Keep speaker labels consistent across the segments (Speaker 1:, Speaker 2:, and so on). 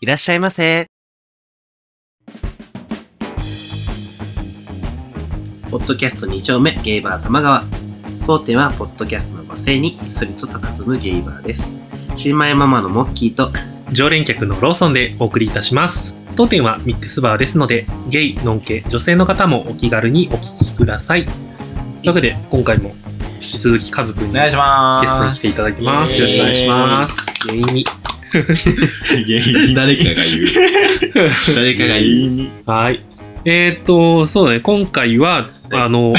Speaker 1: いらっしゃいませ。ポッドキャスト2丁目、ゲイバー玉川。当店は、ポッドキャストの罵声にひっそりと佇むゲイバーです。新米ママのモッキーと、
Speaker 2: 常連客のローソンでお送りいたします当店はミックスバーですのでゲイノンケ女性の方もお気軽にお聞きくださいというわけで今回も引き続きカズくん
Speaker 3: お
Speaker 2: に
Speaker 3: 願い
Speaker 2: ゲ
Speaker 3: し
Speaker 2: ス
Speaker 3: ま
Speaker 2: トに
Speaker 3: ー
Speaker 2: 来
Speaker 3: す。
Speaker 2: ていただきます
Speaker 3: イエーイ
Speaker 2: よろしくお願いしますゲイに
Speaker 4: 誰かが言 う。誰かが言 う。
Speaker 2: はいえっ、ー、とそうだね今回はあの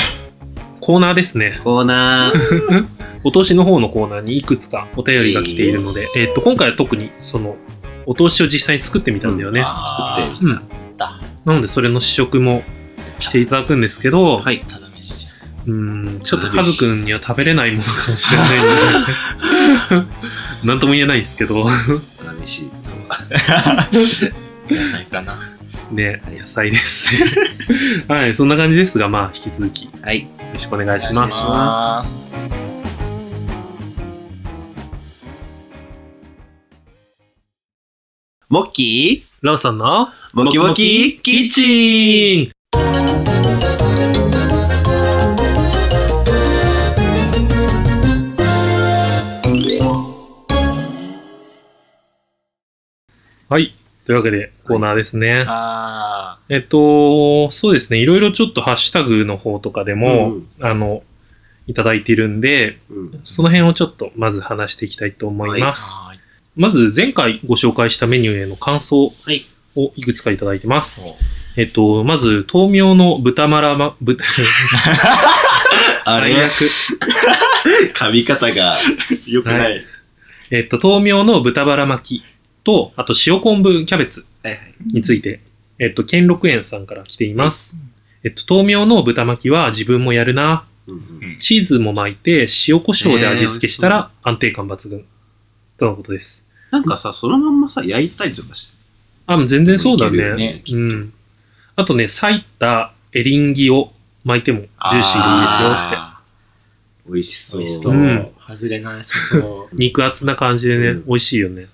Speaker 2: コーナーですね
Speaker 1: コーナー。
Speaker 2: お通しの方のコーナーにいくつかお便りが来ているので、えっ、と、今回は特にその、お通しを実際に作ってみたんだよね。
Speaker 3: あー
Speaker 4: 作
Speaker 2: うん。なので、それの試食もしていただくんですけど、
Speaker 1: はい。
Speaker 3: ただ飯じゃん
Speaker 2: うん、ちょっとカズくんには食べれないものかもしれないの で、なんとも言えないですけど、
Speaker 1: お試しとは。
Speaker 3: 野菜かな。
Speaker 2: ね、野菜 です。はい、そんな感じですが、まあ、引き続き、よ
Speaker 1: はい。
Speaker 2: ろしくお願いします。
Speaker 3: ます。
Speaker 1: モッキー
Speaker 2: ラオさんの、
Speaker 1: モキモキキッチン
Speaker 2: ンはい。というわけで、コーナーですね。
Speaker 3: あ
Speaker 2: えっと、そうですね。いろいろちょっとハッシュタグの方とかでも、
Speaker 1: うん
Speaker 2: あの、いただいているんで、
Speaker 1: うん
Speaker 2: その辺をちょっとまず話していきたいと思いま
Speaker 3: ー
Speaker 2: す。
Speaker 3: はーい
Speaker 2: まず前回ご紹介したメニューへの感想
Speaker 1: はい
Speaker 2: をいくつかいただいてます。
Speaker 3: そう
Speaker 2: えっと、まず、豆苗の豚まらま、豚、
Speaker 4: あれ
Speaker 2: 最悪。
Speaker 4: 噛み方が良くない。
Speaker 2: えっと、豆苗の豚バラ巻きと、あと塩昆布キャベツ
Speaker 1: はいはい。
Speaker 2: について、えっと、兼六園さんから来ています。えっと、豆苗の豚巻きは自分もやるな。
Speaker 1: うんうん
Speaker 2: チーズも巻いて、塩コショウで味付けしたら安定感抜群。とのことです。
Speaker 1: なんかさ、そのまんまさ、焼いたりとかして。
Speaker 2: あ、もう全然そうだ
Speaker 4: いけるよ
Speaker 2: ね。
Speaker 3: ね。
Speaker 2: うん。あとね、裂いたエリンギを巻いてもジューシーでいいですよって。
Speaker 3: あ
Speaker 4: 美味し
Speaker 3: ー
Speaker 4: そう。
Speaker 3: 美味しそう。
Speaker 2: うん
Speaker 3: 外れなさそう。
Speaker 2: 肉厚な感じでね、
Speaker 1: うん
Speaker 2: 美味しいよね。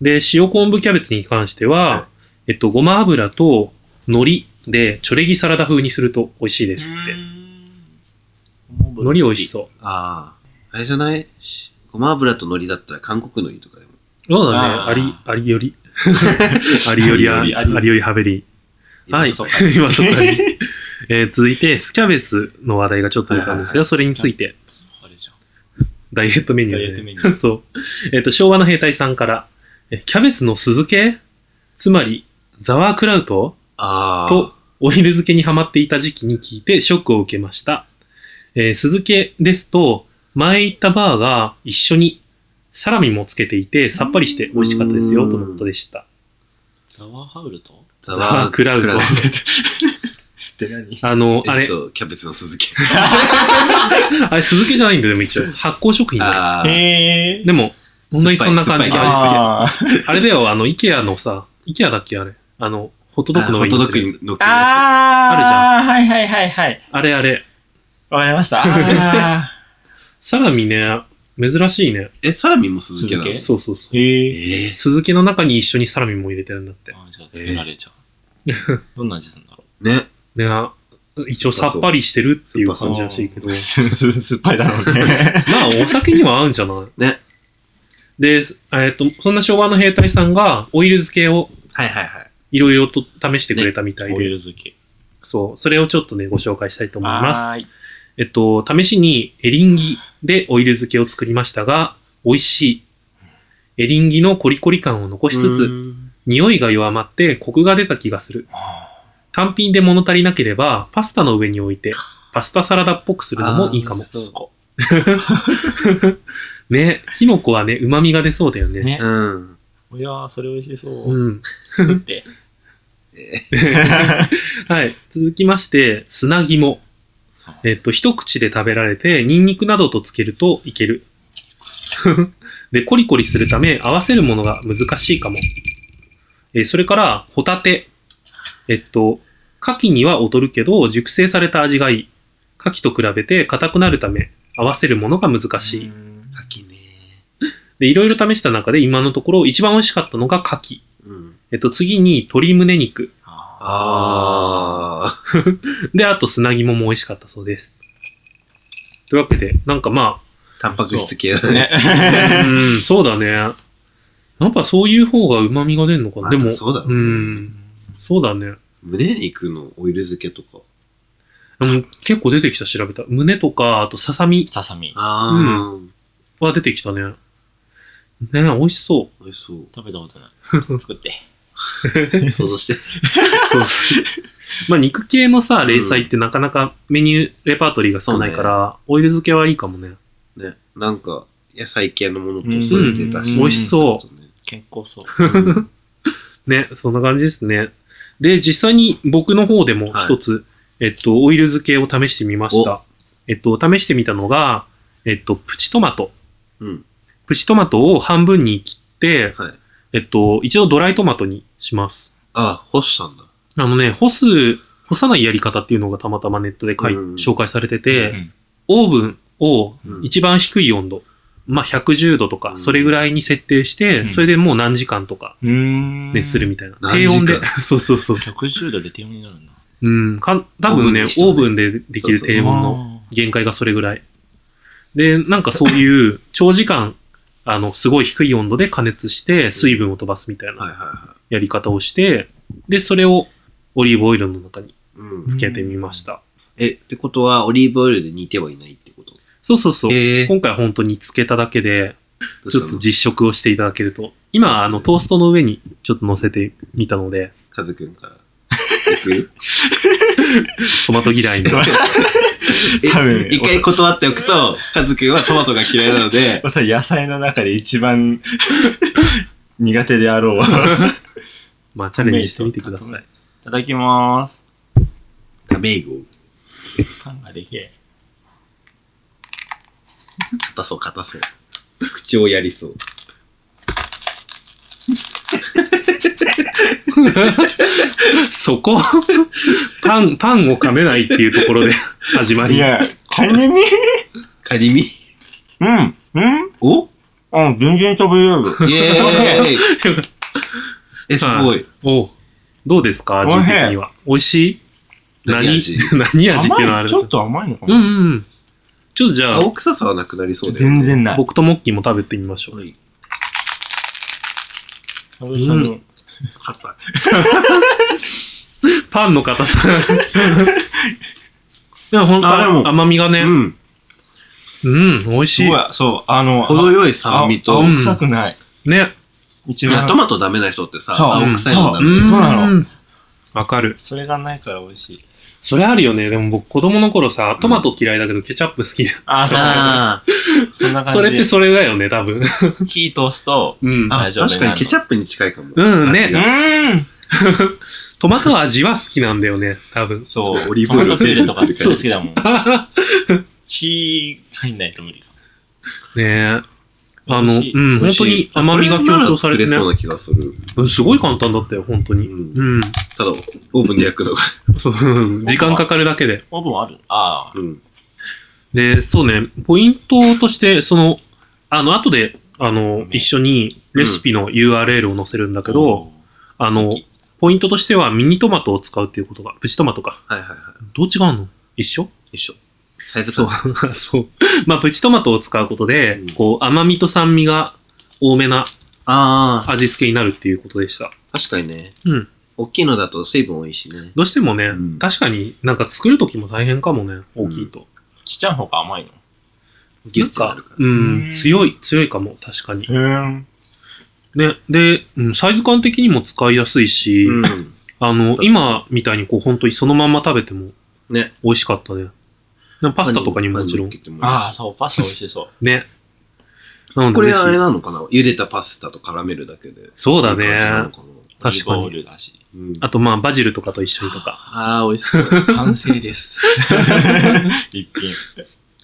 Speaker 2: で、塩昆布キャベツに関しては、
Speaker 1: は
Speaker 2: えっと、ごま油と海苔で、チョレギサラダ風にすると美味しいですって。海苔美味し
Speaker 3: う
Speaker 2: そ
Speaker 1: ああ。あれじゃないしごま油と海苔だったら韓国海苔とかでも。
Speaker 2: う。そうだね。
Speaker 3: あー
Speaker 2: あり、あ りより。ありよりは、あ
Speaker 4: あ
Speaker 2: り
Speaker 4: り
Speaker 3: より
Speaker 2: よりはべり。はい。
Speaker 1: そう
Speaker 2: 今そこに。えー続いて、スキャベツの話題がちょっと出たんですけ
Speaker 1: はいはいは
Speaker 2: ど、
Speaker 1: い
Speaker 2: それについて、
Speaker 3: そうあれじゃん。
Speaker 2: ダイエットメニュー
Speaker 3: ダ
Speaker 2: で
Speaker 3: イエ
Speaker 2: ね
Speaker 3: ットメニュー。
Speaker 2: そう。えっ、と、昭和の兵隊さんから、えキャベツの酢漬けつまり、ザワークラウト
Speaker 1: ああ。
Speaker 2: と、オイル漬けにハマっていた時期に聞いてショックを受けました。えー、酢漬けですと、前行ったバーが一緒にサラミもつけていて、さっぱりして美味しかったですよ、とのことでした。
Speaker 3: ザワーハウルと
Speaker 1: ザ
Speaker 2: ザワークラウト。
Speaker 3: って何
Speaker 2: あの、 あ
Speaker 1: えっ
Speaker 2: れ、
Speaker 1: と、キャベツの酢漬け。
Speaker 2: あれ酢漬けじゃないんだよ、でも一応。発酵食品だよ。
Speaker 1: ああ。
Speaker 3: え
Speaker 2: でも、本当にそんな感じ。
Speaker 1: 酸っぱい酸っぱい
Speaker 2: あ
Speaker 3: あー
Speaker 2: れだよ、あの、イケアのさ、イケアだっけあれ。あの、ホットドッグの
Speaker 1: ホッ
Speaker 2: 上に
Speaker 1: トド
Speaker 2: 乗
Speaker 1: ッ
Speaker 2: せるやつ
Speaker 1: グのあ
Speaker 3: あーはいはいはいはい。
Speaker 2: あれあれ。
Speaker 3: わかりました。あ
Speaker 2: サラミね、珍しいね。
Speaker 1: え、サラミも酢漬けなの
Speaker 3: 酢漬
Speaker 2: そうそう そう。
Speaker 3: ーえー。
Speaker 1: ええ
Speaker 2: 酢漬けの中に一緒にサラミも入れてるんだって。
Speaker 3: あーじゃあ、つけられちゃ う。どんな味するんだろ
Speaker 1: ね。
Speaker 2: ね、一応さっぱりしてるっていう
Speaker 3: う。
Speaker 2: 感じらしいけど
Speaker 3: あ。ー 酸っぱいだろう ね。
Speaker 2: まあ、お酒には合うんじ ゃない
Speaker 1: ね。
Speaker 2: で、えっ、と、そんな昭和の兵隊さんが、オイル漬けを
Speaker 1: はいはいはい。
Speaker 2: いろいろと試してくれたみたい
Speaker 3: オ
Speaker 2: で、
Speaker 3: イル漬け。
Speaker 2: そう、それをちょっとね、ご紹介したいと思いま
Speaker 3: は
Speaker 2: す。
Speaker 3: ーい
Speaker 2: えっと、試しにエリンギでオイル漬けを作りましたが、美味しい。エリンギのコリコリ感を残しつつ、
Speaker 1: つ、
Speaker 2: 匂いが弱まってコクが出た気がする。
Speaker 3: あ
Speaker 2: 単品で物足りなければ、パスタの上に置いて、パスタサラダっぽくするのも
Speaker 3: ー。
Speaker 2: いいかも。
Speaker 3: そ
Speaker 2: ね、キノコはね、旨味が出そうだよね。
Speaker 3: うね
Speaker 1: う。ん。
Speaker 3: いやー、それ美味しそうう。
Speaker 2: ん。
Speaker 3: 作って。
Speaker 2: はい。続きまして、砂肝。えっと、一口で食べられて、ニンニクなどとつけるといける。 で、コリコリするため、合わせるものが難しいかも。えーそれから、ホタテ。えっと、牡蠣には劣るけど、熟成された味がいい。牡蠣と比べて硬くなるため、合わせるものが難しい。
Speaker 3: うん
Speaker 1: かきね。
Speaker 2: で、いろいろ試した中で今のところ一番美味しかったのが牡蠣。
Speaker 1: うん。
Speaker 2: えっと、次に鶏胸肉。
Speaker 1: あ
Speaker 2: で、あと砂肝も美味しかったそうです。というわけで、なんかま
Speaker 1: ー。タンパク質系だね。
Speaker 3: ね。
Speaker 2: あ、うん、そうだね。やっぱそういう方が旨味が出るのかな。
Speaker 1: あ
Speaker 2: でも、
Speaker 1: そうだね
Speaker 2: うん、そうだね。
Speaker 1: 胸肉のオイル漬けとか。
Speaker 2: うん結構出てきた、調べた。胸とか、あとささみ
Speaker 3: ささみ。
Speaker 1: あ
Speaker 2: ー
Speaker 1: うん。
Speaker 2: は出てきたね。ね美味しそ
Speaker 1: 美味しそう。
Speaker 3: 食べたこと ない。作って。
Speaker 1: 想像して。
Speaker 2: う。まあ肉系のさ、冷菜ってなかなかメニュー、レパートリーが少ないから、オイル漬けはいいかもね。
Speaker 1: ね。なんか、野菜系のものと添えてたし。。
Speaker 3: うん美味
Speaker 2: しそう
Speaker 3: 健康そう。
Speaker 1: うん
Speaker 2: ね、そんな感じですね。で、実際に僕の方でも一つ、えっと、オイル漬けを試してみました。えっと、試してみたのが、えっと、プチトマト。
Speaker 1: うん。
Speaker 2: プチトマトを半分に切って、
Speaker 1: はい
Speaker 2: えっと、一度ドライトマトにします。
Speaker 1: あ、干したんだ。
Speaker 2: あのね、干す、干さないやり方っていうのがたまたまネットで書い
Speaker 1: うん
Speaker 2: 紹介されてて、
Speaker 3: うん
Speaker 2: オーブンを
Speaker 1: うん
Speaker 2: 一番低い温度、まあ110度とか、
Speaker 1: うん
Speaker 2: それぐらいに設定して、
Speaker 3: うん
Speaker 2: それでもう何時間とか
Speaker 3: うん
Speaker 2: 熱するみたいな。
Speaker 1: 何時
Speaker 2: 低
Speaker 1: 間
Speaker 2: 温で。 そうそうそう。
Speaker 3: 110度で低温になるんだ。
Speaker 2: うん、か多分ね、
Speaker 1: オーブン
Speaker 2: オ
Speaker 1: にしてもね
Speaker 2: ーブンでできる低温の
Speaker 3: の。
Speaker 2: 限界がそれぐらい。で、なんかそう いう長時間、あの、すごい低い温度で加熱して水分を飛ばすみたい
Speaker 1: はい
Speaker 2: な
Speaker 1: はいは
Speaker 2: やり方をして、で、それをオリーブオイルの中に
Speaker 1: い。うん。
Speaker 2: つけてみました。
Speaker 1: え、ってことは、オリーブオイルで煮てはいないってこと
Speaker 2: そうそうそう。
Speaker 1: えー
Speaker 2: 今回本当につけただけで、
Speaker 1: どう
Speaker 2: ち
Speaker 1: した
Speaker 2: ょっ
Speaker 1: の
Speaker 2: と実食をしていただけると。今、あの、トーストの上にちょっと乗せてみたので、
Speaker 1: カズくんから。行く
Speaker 2: トマト嫌いの。
Speaker 1: え
Speaker 4: 多分
Speaker 1: 一回断っておくと、カズくんはトマトが嫌いなので、
Speaker 4: さ、野菜の中で一番 苦手であろう。
Speaker 2: まあ、チャレンジしてみてください。
Speaker 3: いただきます。
Speaker 1: ためいごを
Speaker 3: パンができえ。
Speaker 1: 硬そう硬そう。口をやりそう。
Speaker 2: そこ、パン、パンを噛めないっていうところで始まり。
Speaker 4: いや、カニに
Speaker 1: 仮に
Speaker 4: うん、うん
Speaker 1: おイ
Speaker 4: うん、全然食べれ る。
Speaker 1: エーイえ、すごい。
Speaker 2: おどうですか味
Speaker 4: おいしい
Speaker 2: 的には。美味しい
Speaker 1: 何味
Speaker 2: 何味っていうのはあ
Speaker 4: 甘い、
Speaker 2: る
Speaker 4: ちょっと甘いのか
Speaker 2: う
Speaker 4: なん
Speaker 2: うんうん。ちょっとじゃ
Speaker 1: 青臭さはなくなりそうだよね。
Speaker 4: 全然な
Speaker 2: あ、
Speaker 4: い。
Speaker 2: 僕とモッキーも食べてみましょう。
Speaker 1: はい。
Speaker 3: うん。
Speaker 1: 硬い。
Speaker 2: パンの硬 さ。でも本
Speaker 4: あで
Speaker 2: 当
Speaker 4: も
Speaker 2: 甘みがね、
Speaker 1: うん。
Speaker 2: うん、美味
Speaker 4: す
Speaker 2: し
Speaker 4: ごい、そう、あの、
Speaker 1: 程よい酸味と、
Speaker 2: あ
Speaker 4: 青臭くない。
Speaker 2: い。ね。
Speaker 4: 一
Speaker 1: いや
Speaker 4: 番。
Speaker 1: トマトダメな人ってさ、
Speaker 4: そう
Speaker 1: 青臭いのダ
Speaker 2: う
Speaker 1: メ
Speaker 2: ん。
Speaker 1: だよ
Speaker 4: そうなの
Speaker 2: わかる。
Speaker 3: それがないから美味しい。
Speaker 2: それあるよね。でも僕子供の頃さ、トマト嫌いだけどケチャップ好き
Speaker 3: あー、そう
Speaker 1: あ
Speaker 3: そんな感じ。
Speaker 2: それってそれだよね、多分。
Speaker 3: 火通すと、
Speaker 2: うん。
Speaker 1: あ、
Speaker 3: 大丈夫
Speaker 1: 確かにケチャップに近いかも。
Speaker 2: うんね
Speaker 1: 味
Speaker 3: う
Speaker 1: が
Speaker 3: ーん。
Speaker 2: トマト味は好きなんだよね、多分。
Speaker 3: そう、
Speaker 1: オリーブオイル
Speaker 3: トマトピューレとかそ
Speaker 1: そう
Speaker 3: う好きだもん。 火入んないと無理か。
Speaker 2: ねえ。あの、
Speaker 3: 美
Speaker 2: う
Speaker 3: 味しい
Speaker 2: ん、本当に甘みが強調されて
Speaker 1: こ
Speaker 2: ね
Speaker 1: なら作れそう。な気がする。
Speaker 2: うんすごい簡単だったよ、本当
Speaker 1: う
Speaker 2: に。
Speaker 1: ん
Speaker 2: うん。
Speaker 1: ただ、オーブンで焼くのが。
Speaker 2: そう時間かかるだけで。
Speaker 3: オーブンあるあ
Speaker 1: うん。
Speaker 2: で、そうね、ポイントとして、その、あの、後で、あの、一緒にレシピの URL を載せるんだ
Speaker 3: あ。
Speaker 2: けど、、あの、ポイントとしてはミニトマトを使うっていうことが、プチトマトか。
Speaker 1: はいはいはい。
Speaker 2: どう違うの一緒
Speaker 1: 一緒。サイズ
Speaker 2: そ
Speaker 1: 感。
Speaker 2: う。 そう。まあ、プチトマトを使うことで、
Speaker 1: うん
Speaker 2: こう、甘みと酸味が多めな
Speaker 1: ああ、
Speaker 2: 味付けになるっていうことでした。
Speaker 1: 確かにね。
Speaker 2: うん。
Speaker 1: 大きいのだと水分多いしね。
Speaker 2: どうしてもね、
Speaker 1: うん
Speaker 2: 確かになんか作る時も大変かもね、大きいと。
Speaker 3: ちっちゃい方が甘いの。
Speaker 1: ギュッて
Speaker 2: な
Speaker 1: なんる
Speaker 2: か
Speaker 1: か、
Speaker 2: う
Speaker 1: ら。
Speaker 2: ん
Speaker 3: う、ん
Speaker 2: 強い、強いかも、確かに
Speaker 4: う。ん。
Speaker 2: ね、で、うんサイズ感的にも使いやすいし、
Speaker 1: うん。
Speaker 2: あの、今みたいにこう、本当にそのまんま食べても
Speaker 1: ね。
Speaker 2: 美味しかったね。なんかパスタとかにももちろん
Speaker 1: パン。に乗っけても
Speaker 3: ああ、そう、パスタ美味しそう。
Speaker 2: ね。なの
Speaker 1: こ
Speaker 2: で、ぜ
Speaker 1: れあれ
Speaker 2: ひ。
Speaker 1: なのかな茹でたパスタと絡めるだけで。
Speaker 2: そうだ
Speaker 1: いい感じな
Speaker 2: ね
Speaker 1: の。かな
Speaker 2: 確か
Speaker 3: オリーブオイ
Speaker 2: に。
Speaker 3: ルだし。
Speaker 1: うん
Speaker 2: あと、まあ、バジルとかと一緒にと か。
Speaker 1: ああ、美味しそう。
Speaker 3: 完成です。一品。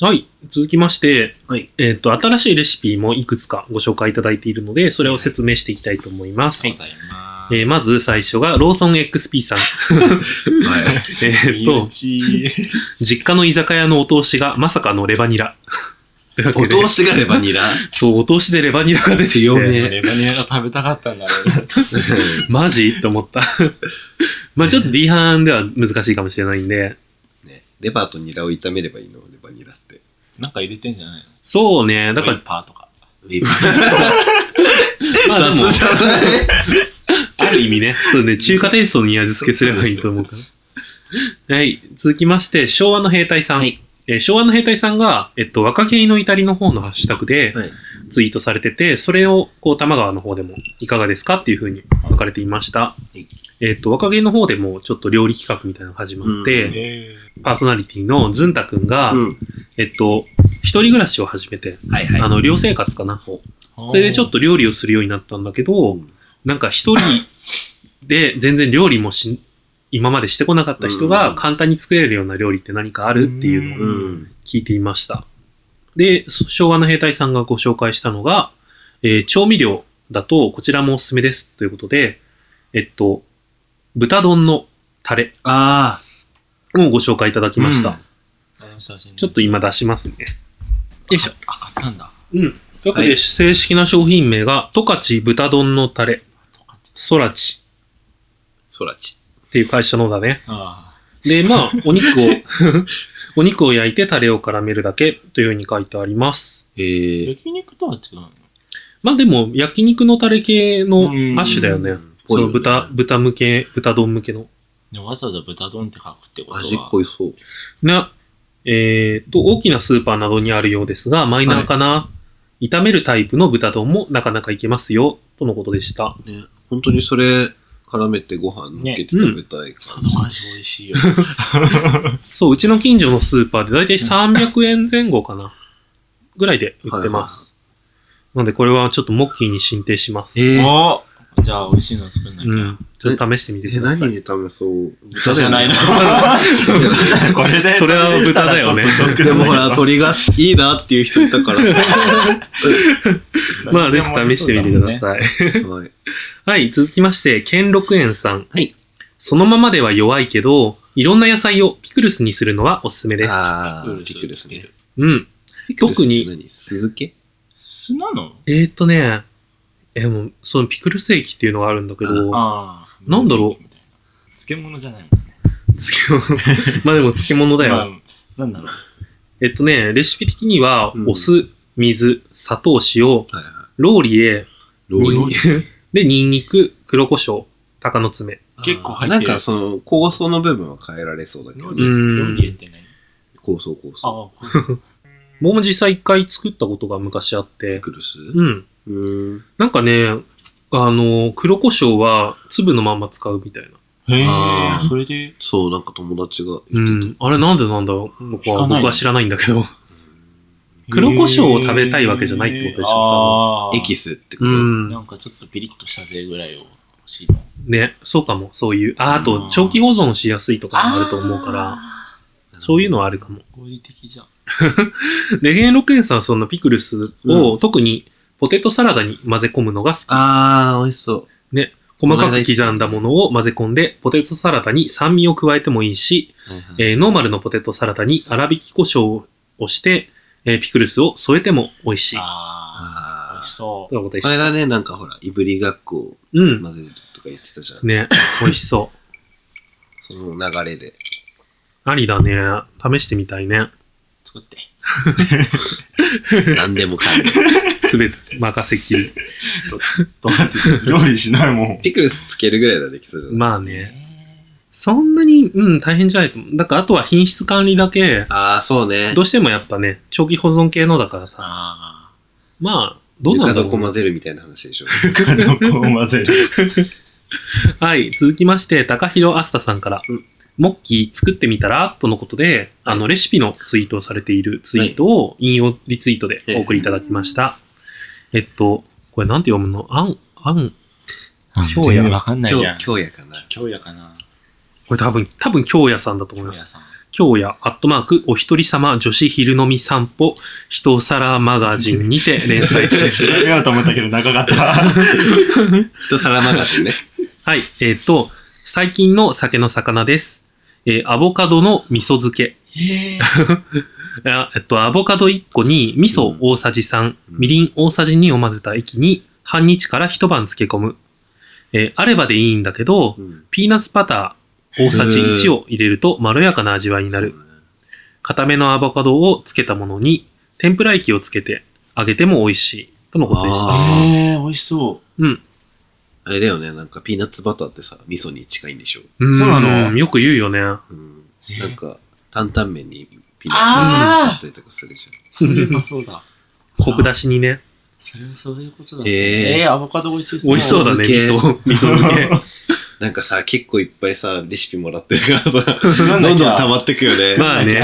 Speaker 2: はい。続きまして、
Speaker 1: はい
Speaker 2: えっ、と、新しいレシピもいくつかご紹介いただいているので、それを説明していきたいと思います。
Speaker 3: ありがとうございます。
Speaker 2: えーまず最初が、ローソン XP さん。
Speaker 1: はい。
Speaker 2: えーっと、
Speaker 3: 身内
Speaker 2: 実家の居酒屋のお通しがまさかのレバニラ。というわけ
Speaker 1: お通
Speaker 2: で。
Speaker 1: しがレバニラ。
Speaker 2: そう、お通しでレバニラが出てき
Speaker 1: 強
Speaker 2: て、
Speaker 1: め
Speaker 4: レバニラが食べたかったんだろう な。
Speaker 2: マジと思った。 まあちょっと D 班では難しいかもしれないんで、
Speaker 1: ね、レバーとニラを炒めればいいの、レバニラって。
Speaker 4: なんか入れてんじゃないの
Speaker 2: そうね、だか
Speaker 4: だから
Speaker 2: ら、
Speaker 4: パーとか。
Speaker 2: まあでも
Speaker 1: 雑、じゃない
Speaker 2: ある意味ね、そうね、中華テイストに味付けすればいいと思うから。はい、続きまして、昭和の兵隊さん。
Speaker 1: はい
Speaker 2: えー昭和の兵隊さんが、えっと、若気の至りの方のハッシュタグで
Speaker 1: はい
Speaker 2: ツイートされてて、それを、こう、玉川の方でもいかがですかっていうふうに書かれていました。
Speaker 1: い
Speaker 2: えっと、若気の方でもちょっと料理企画みたいなのが始まって、
Speaker 1: う
Speaker 4: え
Speaker 2: パーソナリティのずんたくんが、
Speaker 1: うん。
Speaker 2: えっと、一人暮らしを始めて、
Speaker 1: はいはい。
Speaker 2: あの、寮生活かな。
Speaker 4: ー
Speaker 2: それでちょっと料理をするようになったんだけど、
Speaker 1: うん
Speaker 2: なんか一人で全然料理もし、今までしてこなかった人
Speaker 1: う
Speaker 2: が
Speaker 1: ん
Speaker 2: 簡単に作れるような料理って何かあるっていうのを
Speaker 1: うん。
Speaker 2: 聞いていました。で、そ昭和の兵隊さんがご紹介したのが、えー調味料だとこちらもおすすめですということで、えっと、豚丼のタレ
Speaker 1: あ
Speaker 2: をご紹介いただきました。
Speaker 1: うん
Speaker 4: あの写真
Speaker 2: ちょっと今出しますね。よいしょ。
Speaker 4: あ、買ったんだ。
Speaker 2: うん。というわけで、
Speaker 1: はい
Speaker 2: 正式な商品名が、十勝豚丼のタレ、ソラチ
Speaker 1: あ、ソラチ。
Speaker 2: っていう会社のだね。
Speaker 4: あ
Speaker 2: で、まあ、お肉を、 お肉を焼いてタレを絡めるだけというふうに書いてあります。
Speaker 1: え
Speaker 4: ー
Speaker 1: ー。
Speaker 4: 焼肉とは違うの
Speaker 2: まあでも、焼肉のタレ系の
Speaker 4: うん
Speaker 2: アッシュだよね。
Speaker 1: ぽ
Speaker 2: そ
Speaker 1: いよ
Speaker 2: の
Speaker 1: ね
Speaker 2: 豚、豚向け、豚丼向けの。
Speaker 4: でもわざわざ豚丼って書くってことは。
Speaker 1: 味濃いそう。
Speaker 2: な、えー、と、大きなスーパーなどにあるようですが、マイナーかな。炒めるタイプの豚丼もなかなかいけますよ、とのことでした。
Speaker 1: ね、本当にそれ絡めてご飯のっけて食べたい
Speaker 4: さ
Speaker 1: 感
Speaker 4: ぞ
Speaker 1: じ。
Speaker 4: かし美味しいよ。
Speaker 2: そう、うちの近所のスーパーでだいたい300円前後かな。ぐらいで売ってます。なんでこれはちょっとモッキーに進呈します。
Speaker 1: えー、
Speaker 4: おじゃあ美味しいの作んなきゃ。
Speaker 2: うん。ちょっと試してみて
Speaker 1: え
Speaker 2: くださ
Speaker 1: 何
Speaker 2: い。
Speaker 1: に食べそう
Speaker 4: 豚じゃないの。 これで
Speaker 2: それは豚だよね
Speaker 4: ちょっとショック
Speaker 1: で
Speaker 4: だ
Speaker 1: も
Speaker 4: ね
Speaker 1: ほら、鳥がいいなっていう人いたから。
Speaker 2: まあ、ぜひ試してみてくだ
Speaker 4: い。
Speaker 2: さい。
Speaker 1: はい。
Speaker 2: はい、続きまして、兼六園さん。
Speaker 1: はい。
Speaker 2: そのままでは弱いけど、いろんな野菜をピクルスにするのはおすすめです。
Speaker 1: あ
Speaker 4: う
Speaker 1: ー
Speaker 4: ん
Speaker 1: ピクルスね。
Speaker 2: うん。特に
Speaker 1: ピクルスって何酢漬け
Speaker 4: 酢なの
Speaker 2: えーっとね、えーもう、そのピクルス液っていうのがあるんだけど、
Speaker 4: ああ。
Speaker 2: なんだろ
Speaker 4: う。漬物じゃないもん。
Speaker 2: 漬物 まあでも漬物だよ。
Speaker 4: まあなんだろう。
Speaker 2: えっとね、レシピ的には、
Speaker 1: うん
Speaker 2: お酢、水、砂糖、塩、
Speaker 1: はいはい。
Speaker 2: ローリエ、
Speaker 1: ローリエ
Speaker 2: にんで、ニンニク、黒胡椒、鷹の爪。
Speaker 4: 結構入って
Speaker 1: な
Speaker 4: る
Speaker 1: んかその、構想の部分は変えられそうだけど
Speaker 4: 料
Speaker 1: ね。
Speaker 2: ん
Speaker 4: 理料理って何
Speaker 1: 構想構想。
Speaker 4: ああ、こ
Speaker 2: 僕も実際一回作ったことが昔あっ
Speaker 1: ピ
Speaker 2: て、
Speaker 1: クルスう
Speaker 2: うん。
Speaker 1: ーん。
Speaker 2: なんかね、あの、黒胡椒は粒のまんま使うみたいな。
Speaker 4: れへ
Speaker 1: あー
Speaker 4: え、それで、
Speaker 1: そう、なんか友達が。
Speaker 2: うん。あれなんでなんだろう僕
Speaker 4: 聞
Speaker 2: は
Speaker 4: かない
Speaker 2: 僕は知らないんだけど。黒胡椒を食べたいわけじゃないってことでしょ
Speaker 4: ああ。
Speaker 1: エキスってこと、
Speaker 2: うん。
Speaker 4: なんかちょっとピリッとしたぜぐらいを欲しいの。
Speaker 2: ね、そうかも、そういう。あ、あ
Speaker 4: う
Speaker 2: と、
Speaker 4: ん
Speaker 2: 長期保存しやすいとかもあると思うから、
Speaker 4: ら。
Speaker 2: そういうのはあるかも。
Speaker 4: 合理的じゃん。
Speaker 2: で、元禄園さんはそのピクルスを、特にポテトサラダに混ぜ込むのが好き。
Speaker 1: あー、美味しそう。
Speaker 2: 細かく刻んだものを混ぜ込んで、ポテトサラダに酸味を加えてもいいし、
Speaker 1: はいはい
Speaker 2: えーノーマルのポテトサラダに粗挽き胡椒をして、えーピクルスを添えても美味しい。
Speaker 4: ああ、美
Speaker 1: あ
Speaker 4: 味し
Speaker 1: ー。
Speaker 4: そ
Speaker 2: とのことでし
Speaker 1: これ
Speaker 2: た。
Speaker 1: がね、なんかほら、いぶりがっこ
Speaker 2: う
Speaker 1: を
Speaker 2: ん。
Speaker 1: 混ぜるとか言ってたじゃん。
Speaker 2: ね、美味しそ
Speaker 1: その流れで。
Speaker 2: う。 ありだね。試してみたいね。
Speaker 4: う。作って。
Speaker 1: 何でもかんでも。
Speaker 2: すべて任せっきり。
Speaker 4: どうやって料理しないもん。
Speaker 1: ピクルスつけるぐらいはできそう じゃない
Speaker 2: まあね。そんなに、うん、大変じゃないと思う。だから、あとは品質管理だけ、
Speaker 1: ああ、そうね
Speaker 2: ど。うしてもやっぱね、長期保存系のだからさ、
Speaker 4: あ
Speaker 2: まあ、どうな
Speaker 1: 床
Speaker 2: んだ
Speaker 1: ど
Speaker 2: ろ
Speaker 1: こ
Speaker 2: う
Speaker 1: 混
Speaker 2: な。
Speaker 1: ぜるみたいな話でしょ。
Speaker 4: あ。かどこを混ぜる。
Speaker 2: はい、続きまして、高弘あすたさんから、
Speaker 1: うん
Speaker 2: モッキー作ってみたらとのことで、あの、レシピのツイートをされているツイートを引用リツイートでお送りいただきました。えっと、これなんて読むのあん、あん、京也
Speaker 4: 全然わかんない
Speaker 1: 今
Speaker 4: やん
Speaker 1: 日、。今日や かな。
Speaker 4: 京也かな。
Speaker 2: これ多分、多分、京也さんだと思い
Speaker 4: 京
Speaker 2: ま
Speaker 4: 也
Speaker 2: す。
Speaker 4: さん。
Speaker 2: 今日やアットマークお一人様女子昼飲み散歩一皿マガジンにて連 載中
Speaker 4: 調べようと思ったけど長かった。
Speaker 1: 人皿まがてね。
Speaker 2: はいえっ、と最近の酒の魚です、えーアボカドの味噌漬け
Speaker 4: へえ。
Speaker 2: あえっと、アボカド1個に味噌大さじ3、
Speaker 4: うん
Speaker 2: みりん大さじ2を混ぜた液に半日から一晩漬け込む。えーあればでいいんだけど、
Speaker 1: うん。
Speaker 2: ピーナッツバター大さじ1を入れるとまろやかな味わいになる。固めのアボカドを漬けたものに天ぷら液をつけて揚げても美味しい。とのことでした。
Speaker 1: あ
Speaker 4: えー、美味しそ
Speaker 2: うん。
Speaker 1: あれだよね、なんかピーナッツバターってさ、味噌に近いんでしょ。
Speaker 2: ん
Speaker 4: そうなの
Speaker 2: よく言うよね。
Speaker 1: うん。
Speaker 4: え
Speaker 1: なんか、担々麺にピーナッツバター使ったりとかするじ
Speaker 4: う。それはそうだ。
Speaker 2: コク出しにね。
Speaker 4: それはそういうことだ。
Speaker 1: えー
Speaker 4: えー、アボカド美味しそう。
Speaker 2: 美味しそうだね、味
Speaker 1: 味噌
Speaker 2: 噌。味噌漬け。
Speaker 1: ゃん。なんかさ、結構いっぱいさ、レシピもらってるからさ、
Speaker 4: 作
Speaker 1: ど
Speaker 4: ら
Speaker 1: ん
Speaker 4: なき
Speaker 1: ど
Speaker 4: ゃ
Speaker 1: ん溜まってくよ ね。
Speaker 2: まあね。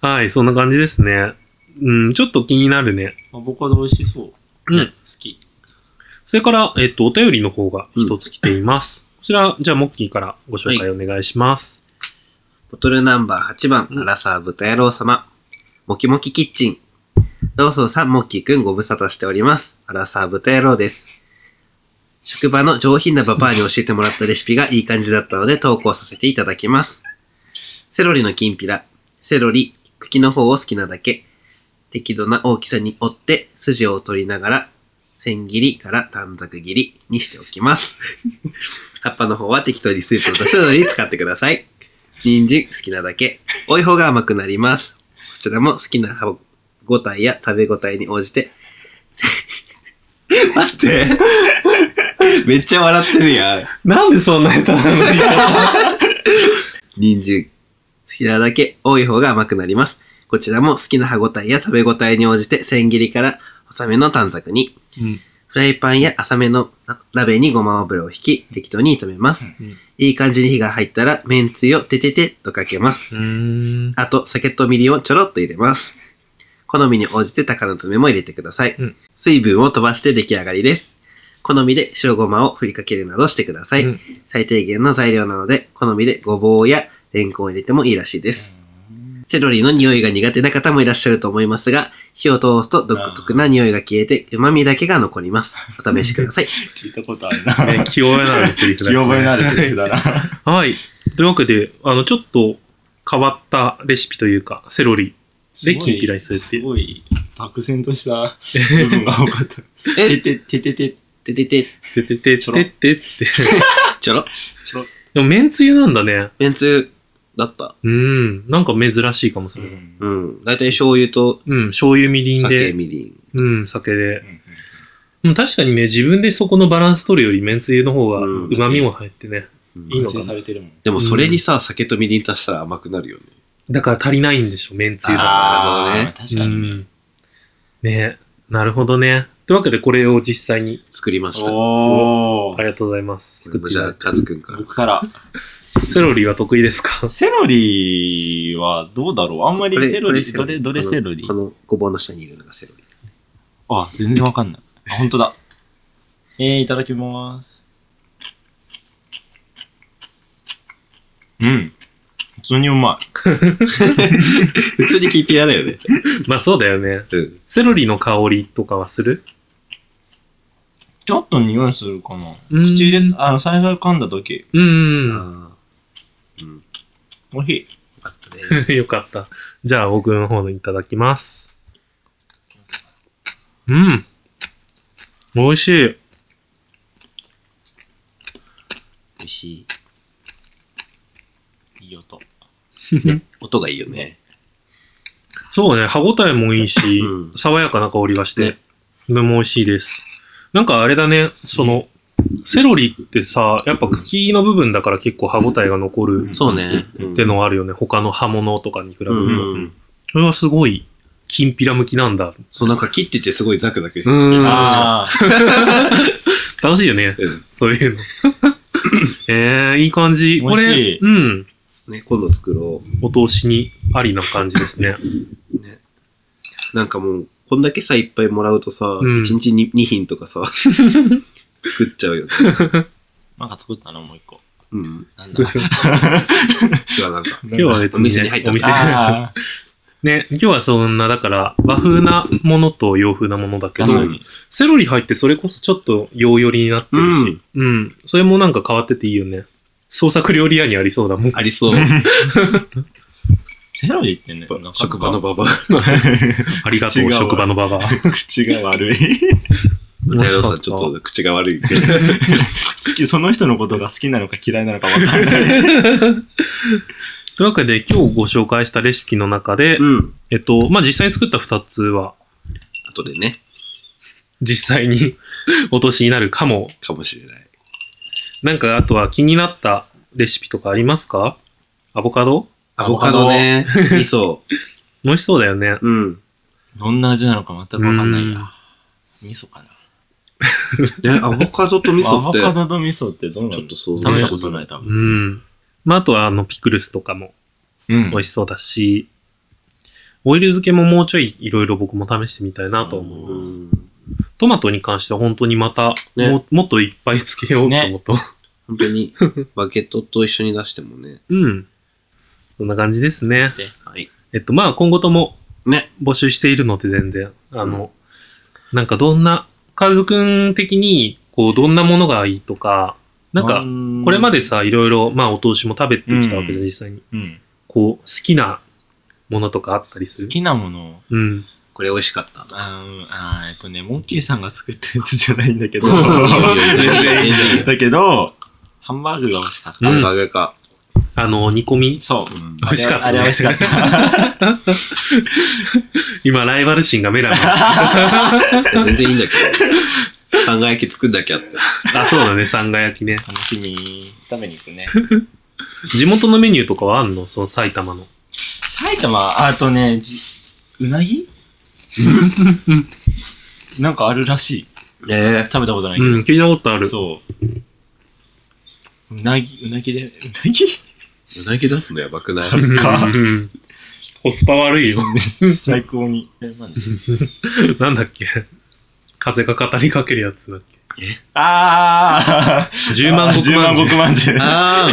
Speaker 2: はい、そんな感じですね。うん、ちょっと気になるね。
Speaker 4: アボカド美味しそう。
Speaker 2: うん
Speaker 4: 好き。
Speaker 2: それから、えっと、お便りの方が一つ来ています。こちら、じゃあ、モッキーからご紹介お願いします。
Speaker 1: ボトルナンバー8番、アラサー豚野郎様、モキモキキッチン。ローソンさん、モッキーくんご無沙汰しております。アラサー豚野郎です。職場の上品なババアに教えてもらったレシピがいい感じだったので投稿させていただきます。セロリのきんぴら。セロリ、茎の方を好きなだけ。適度な大きさに折って、筋を取りながら、千切りから短冊切りにしておきます。葉っぱの方は適当にスープを出すのに使ってください。人参好きなだけ。多い方が甘くなります。こちらも好きな歯ごたえや食べごたえに応じ て。待って。めっちゃ笑ってるやん。
Speaker 2: なんでそんな下手なの
Speaker 1: 人参好きなだけ。多い方が甘くなります。こちらも好きな歯ごたえや食べごたえに応じて千切りから細めの短冊に。
Speaker 2: うん
Speaker 1: フライパンや浅めのな鍋にごま油を引き、適当に炒めます。
Speaker 2: うん
Speaker 1: いい感じに火が入ったら、めんつゆをてててっとかけます。
Speaker 2: うーん。
Speaker 1: あと、酒とみりんをちょろっと入れます。好みに応じて鷹の爪も入れてください。
Speaker 2: うん
Speaker 1: 水分を飛ばして出来上がりです。好みで白ごまを振りかけるなどしてください。
Speaker 2: うん
Speaker 1: 最低限の材料なので、好みでごぼうやレンコンを入れてもいいらしいです。セロリの匂いが苦手な方もいらっしゃると思いますが、火を通すと独特な匂いが消えて、旨味だけが残ります。お試しくださ い。
Speaker 4: 聞いたことあるな。
Speaker 2: ね、気負えなるセリフ で
Speaker 4: 気
Speaker 2: すね
Speaker 4: 覚えのあるセリフだな。
Speaker 2: はい。というわけで、あの、ちょっと変わったレシピというか、セロリ。で、きんぴらにするって
Speaker 4: す
Speaker 2: いう。
Speaker 4: ごい、漠然と した部分が多かった。て
Speaker 1: え、
Speaker 4: てててて、
Speaker 1: ててて、
Speaker 2: ててて
Speaker 4: ち
Speaker 2: て
Speaker 4: ょろ
Speaker 2: ててって。
Speaker 1: ちょろ。
Speaker 4: ちょろ。
Speaker 2: でも、めんつゆなんだね。
Speaker 1: めんつゆだった。
Speaker 2: うん。なんか珍しいかもしれない。
Speaker 4: う
Speaker 1: うん。だいたい醤油と
Speaker 2: うん、醤油みりん
Speaker 1: 酒、
Speaker 2: で。
Speaker 1: みりん。
Speaker 2: うん、酒で。
Speaker 4: ん
Speaker 2: うん確かにね、自分でそこのバランス取るより、めんつゆの方が、
Speaker 1: うん
Speaker 2: 旨味も入ってね。
Speaker 1: うん
Speaker 2: いいの
Speaker 4: 完成されてるもん。
Speaker 1: でもそれにさ、酒とみりん足したら甘くなるよね。
Speaker 2: だから足りないんでしょ、めんつゆだ。
Speaker 1: あーなるほどね
Speaker 4: あー確か
Speaker 2: う
Speaker 4: に。
Speaker 2: ん。ねなるほどね。というわけで、これを実際に、
Speaker 1: 作りました。
Speaker 4: お
Speaker 2: あ
Speaker 4: ー。
Speaker 2: りがとうございます。作ってい
Speaker 1: じ
Speaker 2: た
Speaker 1: ゃ
Speaker 2: だ
Speaker 1: あ、
Speaker 2: いて
Speaker 1: カズくんから。
Speaker 4: 僕から。
Speaker 2: セロリは得意ですか
Speaker 4: セロリはどうだろうあんまりセロリ、どれ、どれセロリ
Speaker 1: このこのごぼうの下にいるのがセロリ。
Speaker 4: あ、全然わかんない。あ、ほんとだ。えー、いただきます。うん。普通にうまい。
Speaker 1: 普通にキーピラだよね。
Speaker 2: まあ、そうだよね。
Speaker 1: うん。
Speaker 2: セロリの香りとかはする
Speaker 4: ちょっと匂いするかな。
Speaker 2: うん
Speaker 4: 口入れ、あの、最初噛んだ時、
Speaker 2: うん。
Speaker 1: あーうん。よ
Speaker 4: おいしい。
Speaker 1: かったです。
Speaker 2: よかった。じゃあ、僕の方でいただきます。うん。美味しい。
Speaker 1: 美味しい。
Speaker 4: いい音。
Speaker 1: 音がいいよね。
Speaker 2: そうね、歯応えもいいし、
Speaker 1: うん
Speaker 2: 爽やかな香りがして
Speaker 1: ね、
Speaker 2: とても美味しいです。なんかあれだね、その、セロリってさ、やっぱ茎の部分だから結構歯応えが残る
Speaker 4: ん
Speaker 1: そうね。
Speaker 2: っ
Speaker 1: う
Speaker 2: てのあるよね、他の刃物とかに比べる
Speaker 1: う
Speaker 2: と。
Speaker 1: んうんうん。
Speaker 2: それはすごい、きんぴら向きなんだ。
Speaker 1: そう、なんか切っててすごいザクザクしてる
Speaker 2: うん
Speaker 4: あー
Speaker 2: 楽しいよね、
Speaker 1: うん
Speaker 2: そういうの。えー、いい感じ。こ
Speaker 4: 美味し
Speaker 2: れ
Speaker 4: い、
Speaker 2: うん、
Speaker 1: ね、今度作ろ
Speaker 2: お通しにありな感じですね。
Speaker 1: う。ね。なんかもう、こんだけさ、いっぱいもらうとさ、
Speaker 2: うん
Speaker 1: 一日に2品とかさ、 作っちゃうよね。
Speaker 4: なんか作ったな、もう一個。
Speaker 1: うん。
Speaker 4: なん
Speaker 1: じ
Speaker 4: だ
Speaker 1: ゃあなんか、
Speaker 2: 今日は別
Speaker 1: お
Speaker 2: に、ね、
Speaker 1: 店に入った
Speaker 2: お店
Speaker 4: あ
Speaker 2: ね、今日はそんな、だから、和風なものと洋風なものだ
Speaker 4: ー
Speaker 2: けど
Speaker 4: 確、かに。
Speaker 2: セロリ入ってそれこそちょっと洋寄りになってるし、うん、それもなんか 変わってていいよね。創作料理屋にありそうだもん。
Speaker 1: ありそう。
Speaker 3: テロリーってね、なかなか
Speaker 4: 職場のババ
Speaker 2: ありがと
Speaker 4: 違う
Speaker 2: う、
Speaker 4: わ
Speaker 2: 職場のババア。
Speaker 4: ア。口が悪い。
Speaker 2: 面
Speaker 4: 太
Speaker 2: 白
Speaker 4: 郎
Speaker 2: か
Speaker 4: さ
Speaker 2: った
Speaker 4: んちょっと口が悪いけど。好き、その人のことが好きなのか嫌いなのかわかんない。
Speaker 2: というわけで、今日ご紹介したレシピの中で、
Speaker 1: うん。
Speaker 2: えっと、まあ、実際に作った2つは、
Speaker 1: 後でね、
Speaker 2: 実際に お年になるかも。
Speaker 1: かもしれない。
Speaker 2: なんか、あとは気になったレシピとかありますかアボカド
Speaker 1: アボカドね、味噌。
Speaker 2: 美味しそうだよね。
Speaker 1: うん。
Speaker 3: どんな味なのか全くわかんないや。味噌かな。
Speaker 1: ね、アボカドと味
Speaker 3: ア
Speaker 1: 噌っ
Speaker 3: ボ
Speaker 1: て、
Speaker 3: カドと味噌ってどうな
Speaker 1: ち
Speaker 3: の
Speaker 1: ょっと想
Speaker 3: 食
Speaker 1: 像
Speaker 3: べ
Speaker 1: したて
Speaker 3: ことない、多分。
Speaker 2: うん。まあ、あとは、あの、ピクルスとかも
Speaker 3: うん
Speaker 2: 美味しそうだし、オイル漬けももうちょいいろいろ僕も試してみたいなと思います。
Speaker 1: うん。
Speaker 2: トマトに関しては本当にまた、
Speaker 1: ね
Speaker 2: ももっといっぱいつけようと思うと、
Speaker 1: 本当に、バゲットと一緒に出してもね。
Speaker 2: うん。そんな感じですね。
Speaker 1: はい。
Speaker 2: えっと、まあ、今後とも
Speaker 1: ね。
Speaker 2: 募集しているので全然、あの、なんかどんな、カズくん的に、こう、どんなものがいいとか、なんか、これまで、さ、いろいろ、まあ、お通しも食べてきたわけじゃん、実際に。
Speaker 3: うん、
Speaker 2: こう、好きなものとかあったりする
Speaker 3: 好きなものを
Speaker 2: うん。
Speaker 1: これ美味しかったとか。
Speaker 3: あーあーえっとねモンキーさんが作ったやつじゃ ないんだけ ど
Speaker 1: 全然いいよ
Speaker 4: だけど、
Speaker 3: ハンバーグが美味しかった、
Speaker 2: うん
Speaker 1: ハンバーグか。
Speaker 2: あの、煮込み。
Speaker 3: そう
Speaker 1: うん
Speaker 2: 美味しかったね
Speaker 3: あれは美味しかった
Speaker 2: 今、ライバル心がメラメラ。
Speaker 1: 全然いいんだけど。三が焼き作んなきゃって。
Speaker 2: あ、そうだね、さんが焼きね。
Speaker 3: 楽しみ食べに行くね
Speaker 2: 地元のメニューとかはあんのその埼玉の。
Speaker 3: 埼玉あとねじうな ぎなんかあるらしい
Speaker 1: ね
Speaker 3: 食べたことないけ
Speaker 2: うん、聞いたことあ
Speaker 3: ど、
Speaker 2: る。
Speaker 3: そううなぎうなぎでうなぎ
Speaker 1: え。うなぎ出すのやばくない
Speaker 2: うん
Speaker 4: か
Speaker 2: うんコスパ悪いよ。
Speaker 3: 最高にえなんで
Speaker 2: なんだっけ風が語りかけるやつだっけ
Speaker 4: ああ
Speaker 2: ?10 万石
Speaker 4: 十
Speaker 2: ま
Speaker 4: 万
Speaker 2: んじゅう
Speaker 4: 石まんじゅう
Speaker 1: あ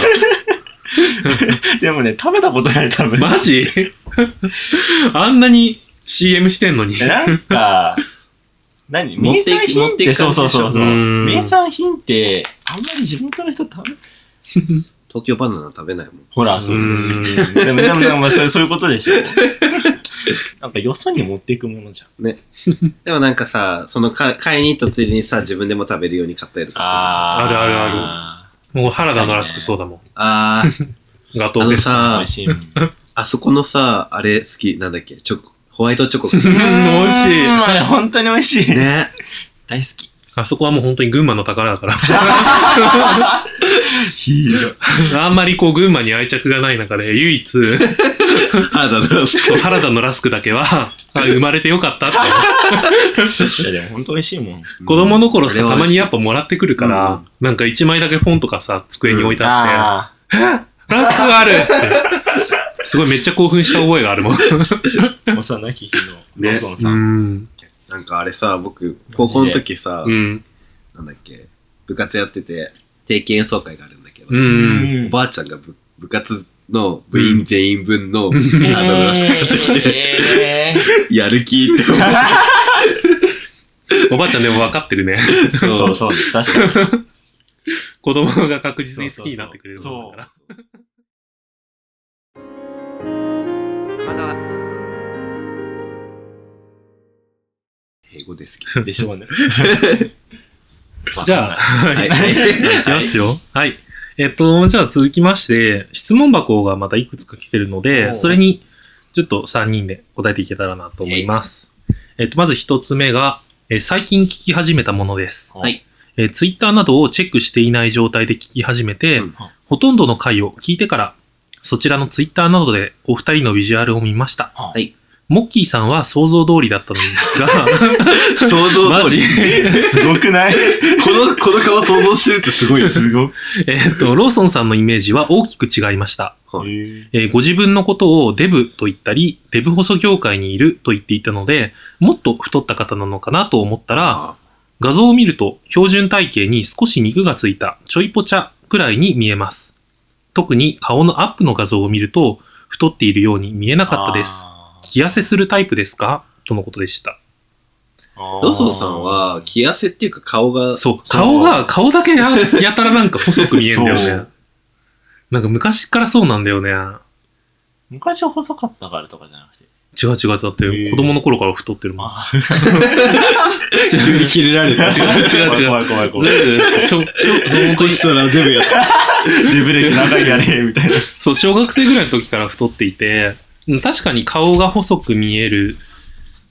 Speaker 4: でもね、食べたことない、多分。
Speaker 2: マジ あんなに CM してんのに。
Speaker 3: えなんか、何
Speaker 1: 持
Speaker 3: 名
Speaker 1: ってい
Speaker 3: 産品
Speaker 1: 持
Speaker 3: っ
Speaker 1: ってい
Speaker 3: て、
Speaker 1: く
Speaker 3: そ
Speaker 1: 感
Speaker 3: うそう
Speaker 1: じでしょ
Speaker 3: そうそう。
Speaker 2: うん
Speaker 3: 名産品って、あんまり地元の人食べ、
Speaker 1: 東京バナナ食べないもん。
Speaker 3: ほら、そうう。
Speaker 2: ん
Speaker 3: でも、でも、でも、そうそういうことでしょ。なんか、よそに持っていくものじゃん。
Speaker 1: でもなんかさ、そのか買いに行ったついでにさ、自分でも食べるように買ったりとか
Speaker 2: ーあるある
Speaker 3: あ
Speaker 2: もう原田のらしくそうだもん
Speaker 1: する。じゃん。あー、
Speaker 2: ガト
Speaker 1: あ
Speaker 2: ー
Speaker 1: の
Speaker 2: です。
Speaker 1: さ
Speaker 3: 美味、しいもん。
Speaker 1: あそこのさ、あれ好き、なんだっけ、チョコ、ホワイトチョコ。
Speaker 2: 美 味しい
Speaker 3: うんあれ、本当に美味しい。
Speaker 1: ね。
Speaker 3: 大好き。
Speaker 2: あそこはもう本当に群馬の宝だから。
Speaker 4: ヒーロー。
Speaker 2: あんまりこう群馬に愛着がない中で、唯一、
Speaker 1: あー、だから好き。
Speaker 2: そう原田のラスクだけは、 あ生まれてよかったって。
Speaker 3: いや、でも、本当美味しいもん。
Speaker 2: 子供の頃
Speaker 1: あれ
Speaker 2: さ、
Speaker 1: は
Speaker 2: たまにやっ
Speaker 1: 美
Speaker 2: ぱもらってくるから、
Speaker 1: うん
Speaker 2: なんか一枚だけポンとかさ、机に置いてあって、
Speaker 3: あ
Speaker 2: ラスクがあるってすごいめっちゃ興奮した覚えがあるもん。
Speaker 3: あ、 幼き日のローソンさ。
Speaker 2: うんん。
Speaker 1: なんかあれさ、僕、高校の時さ、
Speaker 2: うん。
Speaker 1: なんだっけ、部活やってて、定期演奏会があるんだけど、
Speaker 2: う。
Speaker 3: うん
Speaker 1: おばあちゃんが部部活の部員全員分の、
Speaker 3: え
Speaker 1: あのラスク買ってきて、
Speaker 3: えー
Speaker 1: やる気って 思っ
Speaker 2: おばあちゃんでも分かってるね。
Speaker 1: て、
Speaker 3: そうそう、確かに。
Speaker 2: 子供が確実に好きになってくれるもんだから。
Speaker 1: まだ。英語ですけど。
Speaker 3: でしょうね。
Speaker 2: じゃあ、
Speaker 1: はい。
Speaker 2: いきますよ。はい。えっと、じゃあ続きまして、質問箱がまたいくつか来てるの
Speaker 3: お
Speaker 2: で、
Speaker 3: う
Speaker 2: それにちょっと3人で答えていけたらなと思います。えっと、まず1つ目が、えー最近聞き始めたものです。
Speaker 1: はい
Speaker 2: えー、ツイッターなどをチェックしていない状態で聞き始めて、
Speaker 1: うん
Speaker 2: ほとんどの回を聞いてから、そちらのツイッターなどでお二人のビジュアルを見ました。
Speaker 3: はい
Speaker 2: モッキーさんは想像通りだったのですが、
Speaker 1: 想像
Speaker 2: マ
Speaker 1: 通
Speaker 2: ジ
Speaker 1: り。
Speaker 4: すごくない
Speaker 1: この、この顔想像してるってすごいです。
Speaker 4: すごく。
Speaker 2: えっと、ローソンさんのイメージは大きく違いました。
Speaker 1: は
Speaker 2: えーご自分のことをデブと言ったり、デブ細業界にいると言っていたので、もっと太った方なのかなと思ったら、
Speaker 1: あ
Speaker 2: 画像を見ると標準体型に少し肉がついたちょいぽちゃくらいに見えます。特に顔のアップの画像を見ると、太っているように見えなかったです。
Speaker 3: あ
Speaker 2: 気痩せするタイプですかとのことでした。
Speaker 3: ー。
Speaker 1: ローソンさんは、着痩せっていうか顔が、
Speaker 2: そう、顔が、顔だけややたらなんか細く見えるんだよ
Speaker 4: そ
Speaker 2: ね。なんか昔からそうなんだよね。
Speaker 3: 昔は細かったからとかじゃなくて。
Speaker 2: 違う違う。だっ
Speaker 3: へ
Speaker 2: て、
Speaker 3: ー
Speaker 2: 子供の頃から太ってるも ん。
Speaker 3: まあ、
Speaker 2: 違う
Speaker 4: 急に切れられた。
Speaker 2: 違う違う違う。
Speaker 4: 怖い怖い怖い怖い。
Speaker 2: 全部、しょ、しょ、本当
Speaker 4: こい
Speaker 2: に、
Speaker 4: つら全部やった。
Speaker 3: デブレーキ長いやね、みたいな。
Speaker 2: そう、小学生ぐらいの時から太っていて、うん確かに顔が細く見える。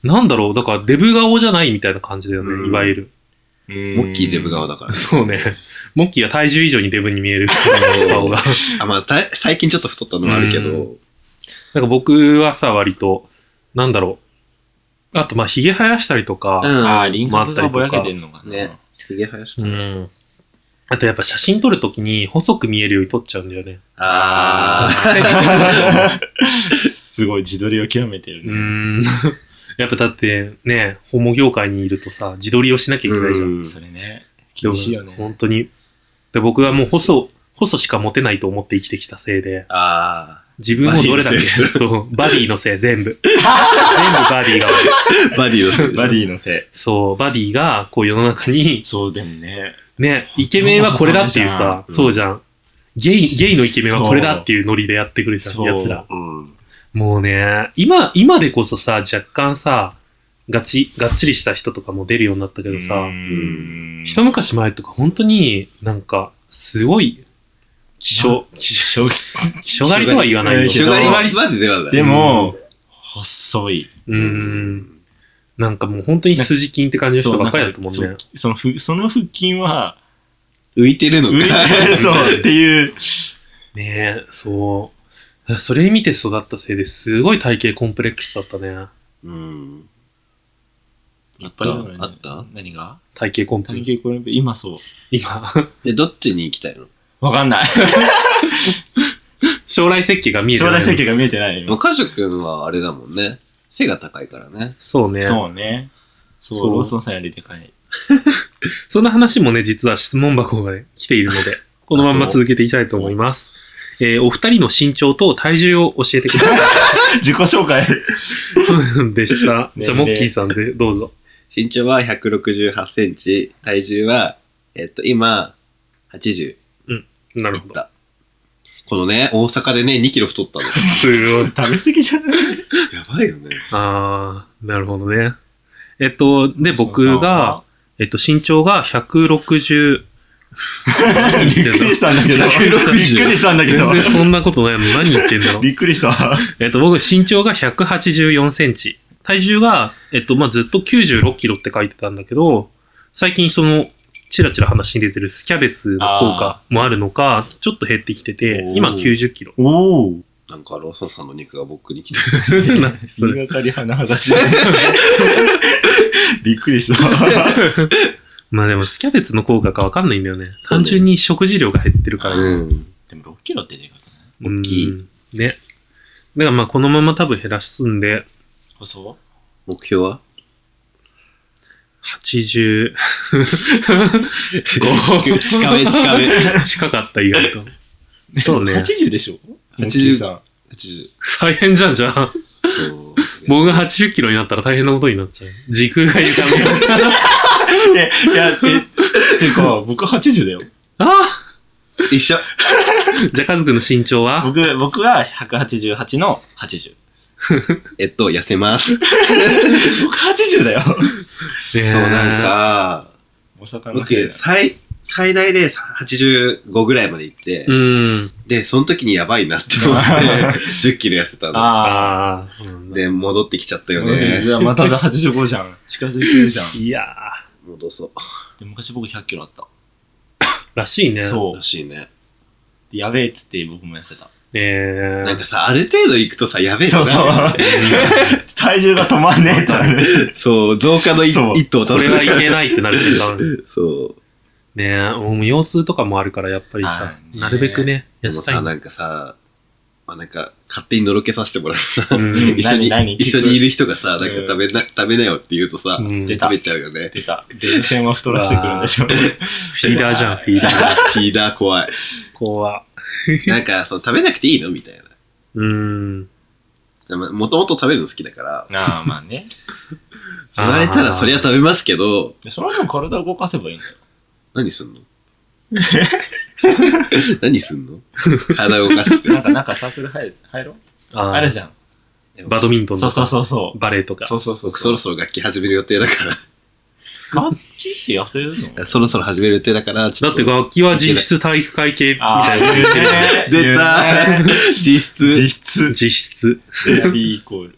Speaker 2: なんだろう、だからデブ顔じゃないみたいな感じだよ
Speaker 1: う
Speaker 2: ね、
Speaker 1: ん
Speaker 2: いわゆる。
Speaker 1: モ
Speaker 4: モ
Speaker 1: ッキーデブ。側だから。
Speaker 2: そうね。モッキーは体重以上にデブに見える顔が。
Speaker 1: あ、まあ、た最近ちょっと太ったのはあるけど、
Speaker 2: なんか僕はさ、割と、なんだろう。あと、まあ、髭生やしたりとか、
Speaker 3: あ
Speaker 1: う
Speaker 3: あ、輪郭がぼやけてんのかな。
Speaker 1: ねん。ひげ生やし
Speaker 2: う
Speaker 1: た。
Speaker 2: ん。あとやっぱ写真撮るときに細く見えるように撮っちゃうんだよね。
Speaker 1: あ
Speaker 4: すごい自撮りを極めてる
Speaker 2: う
Speaker 4: ね。
Speaker 2: ん。 やっぱだってね、ホモ業界にいるとさ、自撮りをしなきゃいけないじゃん。
Speaker 1: うん
Speaker 4: それね。
Speaker 2: でも
Speaker 4: 厳しいよね。
Speaker 2: 本当に。で僕はもう細、細しか持てないと思って生きてきたせいで、
Speaker 1: あ。あ
Speaker 2: 自分もどれだけ、
Speaker 1: バディのせいでし
Speaker 2: そう、バディのせい、全部。全部バディが悪い。
Speaker 1: あ。バディのせいでしょ
Speaker 4: バディのせ
Speaker 2: そう、バディが、こう世の中に
Speaker 4: い。、そうでもね。
Speaker 2: ね、イケメンはこれだっていうさ、
Speaker 4: そ
Speaker 2: そううじゃん。ゲイ、ゲイのイケメンはこれだっていうノリでやってくるじゃん、
Speaker 4: そう
Speaker 2: 奴ら。
Speaker 1: うん。
Speaker 2: もうね、今、今でこそさ、若干さ、ガチ、がっちりした人とかも出るようになったけどさ、
Speaker 4: ん
Speaker 2: 一昔前とか本当になんか、すごい、希少、希少、希少狩りとは言わないよ。
Speaker 1: シュガリ割りまでではない。
Speaker 4: でも、細い。
Speaker 2: うーん。なんかもう本当に筋筋って感じの人ばっかりだと思う
Speaker 4: そ
Speaker 2: ね
Speaker 4: う。そのふその腹筋は、
Speaker 1: 浮いてるの
Speaker 4: 浮い
Speaker 1: か。
Speaker 4: てる そうっていう。
Speaker 2: ねえ、そう。それ見て育ったせいですごい体型コンプレックスだったね。
Speaker 1: うん。あっ
Speaker 4: ぱ
Speaker 1: た
Speaker 4: いるからね
Speaker 1: あった
Speaker 4: 何が
Speaker 2: 体型コンプレ
Speaker 4: 体
Speaker 2: ックス。
Speaker 4: 型コンプレックス今そう。
Speaker 2: 今、
Speaker 1: え、どっちに行きたいの
Speaker 4: わかんない。
Speaker 2: 将来設計が見えて
Speaker 4: 将
Speaker 2: ない。
Speaker 4: 来設計が見えてない
Speaker 1: まあ、
Speaker 4: よ。
Speaker 1: カジュ君はあれだもんね。背が高いからね。
Speaker 2: そうね。
Speaker 4: そうね。そう、
Speaker 2: そう
Speaker 4: ローソンさんよりでかい。
Speaker 2: そんな話もね、実は質問箱が来ているの で、このまんま続けていきたいと思います。えーお二人の身長と体重を教えてくださ
Speaker 4: 自己紹
Speaker 2: い。
Speaker 4: 介。
Speaker 2: でした。
Speaker 4: ね
Speaker 2: じゃあ、モッキーさんで、どうぞ。
Speaker 1: 身長は168センチ、体重は、えっと、今、80
Speaker 2: ないる
Speaker 1: っ
Speaker 2: ほ ど。
Speaker 1: た。このね、大阪でね、2キロ太ったの。
Speaker 2: すごい。
Speaker 4: 食べ過ぎじゃない
Speaker 1: やばいよね。
Speaker 2: あー、なるほどね。えっと、で、僕が、、えっと、身長が160、
Speaker 4: びっくりしたんだけど。
Speaker 2: 160
Speaker 4: びっくりしたんだけ
Speaker 2: 全
Speaker 4: ど。
Speaker 2: 然そんなことない もん。何言ってんだろう。
Speaker 4: びっくりした。
Speaker 2: えっと、僕、身長が184センチ。体重が、えっと、まあ、ずっと96キロって書いてたんだけど、最近その、チラチラ話に出てるスキャベツの効果もあるのか、ちょっと減ってきてて
Speaker 1: おー、
Speaker 2: 今90キロ。
Speaker 4: おお。
Speaker 1: なんか、ローソンさんの肉が僕に来て
Speaker 2: 何そ
Speaker 4: 言
Speaker 2: れ
Speaker 4: いがかり鼻はだし。 びっくりした。
Speaker 2: まあでも、スキャベツの効果かわかんないんだよね。単純に食事量が減ってるから。
Speaker 1: ん。
Speaker 3: でも6キロってでかくない
Speaker 2: うん
Speaker 1: 大きい。
Speaker 2: ね。だからまあ、このまま多分減らすんで、
Speaker 3: 細
Speaker 1: 目標は
Speaker 2: 85。
Speaker 1: 近め近め。
Speaker 2: 近かった、意外と。そうね
Speaker 4: 80でしょ
Speaker 1: 80
Speaker 4: 80さ
Speaker 1: 80。
Speaker 2: 大変じゃん、じゃあ。
Speaker 1: そう。
Speaker 2: 僕が80キロになったら大変なことになっちゃう。時空が歪 み。
Speaker 4: ん。え、いや、え、てか、僕80だよ。
Speaker 2: あ
Speaker 1: 一緒。
Speaker 2: じゃあ、カズくんの身長は
Speaker 4: 僕、僕は188の80。
Speaker 1: えっと、痩せます。
Speaker 4: 僕80だよ。
Speaker 2: そう、
Speaker 1: そう、なん。か、
Speaker 4: 大阪のせい
Speaker 1: 僕、
Speaker 4: だ。
Speaker 1: 最、最大で85ぐらいまで行って、
Speaker 2: うん。
Speaker 1: で、その時にやばいなって思って、10キロ痩せたの。
Speaker 4: あ
Speaker 2: ああ。うん
Speaker 1: で、戻ってきちゃった
Speaker 4: あ。
Speaker 1: よ
Speaker 4: い
Speaker 1: ね。
Speaker 4: やまただ85じゃん。近づいてる じゃん。
Speaker 2: いや
Speaker 1: 戻そう。
Speaker 4: で昔僕100キロあった。
Speaker 2: ー。らしいね。う。
Speaker 4: そう
Speaker 1: ら。しいね。
Speaker 4: でやべえっつって僕も痩せた。
Speaker 2: えー。
Speaker 1: なんかさ、ある程度行くとさ、やべえよな
Speaker 4: そうそう体重が止まんねえとなる。
Speaker 1: そう、増加のい
Speaker 4: そう
Speaker 1: 一途を
Speaker 2: こ
Speaker 1: 取
Speaker 2: れ
Speaker 1: る。
Speaker 2: はいけないってなるけど。
Speaker 1: そう。
Speaker 2: ねえ、もう腰痛とかもあるから、やっぱりさ
Speaker 4: あ、ーね
Speaker 2: なるべくね、
Speaker 1: で
Speaker 2: 痩
Speaker 1: も
Speaker 2: せた
Speaker 1: さ、
Speaker 2: い。
Speaker 1: なんかさ、まあ、なんか、勝手にのろけさせてもらって
Speaker 2: う
Speaker 1: さ、
Speaker 2: ん
Speaker 1: 一緒に
Speaker 4: 何何、
Speaker 1: 一緒にいる人がさ、なんか食べな、食べなよって言うとさ、
Speaker 2: うん
Speaker 4: 出た
Speaker 1: 食べちゃうよね。
Speaker 4: 出た。 電線は太らせてくるんでしょ。
Speaker 2: フィーダーじゃん、フィーダー。
Speaker 1: フィーダー怖 い。
Speaker 2: 怖
Speaker 1: なんか、その食べなくていいのみたいな。
Speaker 2: うん。
Speaker 1: でももともと食べるの好きだから、
Speaker 4: ああ、まあね。
Speaker 1: 言われたら
Speaker 2: あー
Speaker 1: そりゃ食べますけど、
Speaker 4: でその分体を動かせばいいんだよ。
Speaker 1: 何すん の何すんの体動かすって。
Speaker 4: なんか、なんかサークル入る、入ろう
Speaker 2: あー
Speaker 3: あるじゃん。
Speaker 2: バドミントン
Speaker 3: そ
Speaker 2: と
Speaker 3: う
Speaker 2: か
Speaker 3: そうそうそう。
Speaker 2: バレーとか。
Speaker 3: そうそうそう。
Speaker 1: 僕そろそろ楽器始める予定だか
Speaker 3: 楽器って痩せる の
Speaker 1: ら、そろそろ始める予定だから、ち
Speaker 2: だ
Speaker 1: ょ
Speaker 2: っ
Speaker 1: と
Speaker 2: て楽器は実質体育会系み
Speaker 3: あ
Speaker 2: た
Speaker 3: あ、
Speaker 2: いな。
Speaker 1: 出た実質。
Speaker 4: 実質。
Speaker 2: 実質。
Speaker 3: 出たーイコール。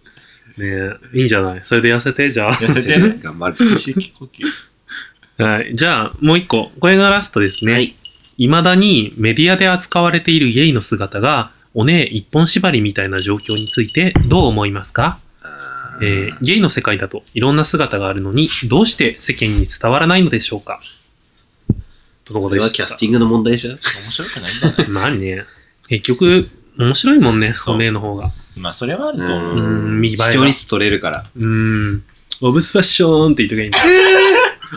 Speaker 2: ねえ、いいんじゃないそれで痩せて、じゃあ。
Speaker 3: 痩せて ね。
Speaker 1: 頑張る。
Speaker 3: 地域呼吸。
Speaker 2: はい。じゃあ、もう一個。これがラストですね。
Speaker 1: はい。
Speaker 2: 未だにメディアで扱われているゲイの姿が、おねえ一本縛りみたいな状況についてどう思いますか、
Speaker 1: あー
Speaker 2: えーゲイの世界だといろんな姿があるのに、どうして世間に伝わらないのでしょうかとのこ
Speaker 1: ことれ
Speaker 2: で
Speaker 1: は
Speaker 2: し
Speaker 1: キ
Speaker 2: た
Speaker 1: ャスティングの問題じゃん。
Speaker 3: 面白くないんじゃない
Speaker 2: まあね。結局、面白いもんね、
Speaker 3: そう
Speaker 2: おねえの方が。
Speaker 3: まあ、それはあると思
Speaker 2: う
Speaker 3: う。
Speaker 2: ん見栄えが
Speaker 1: 視聴率取れるから。
Speaker 2: うーん。オブスファッションって言っときゃいいんだ。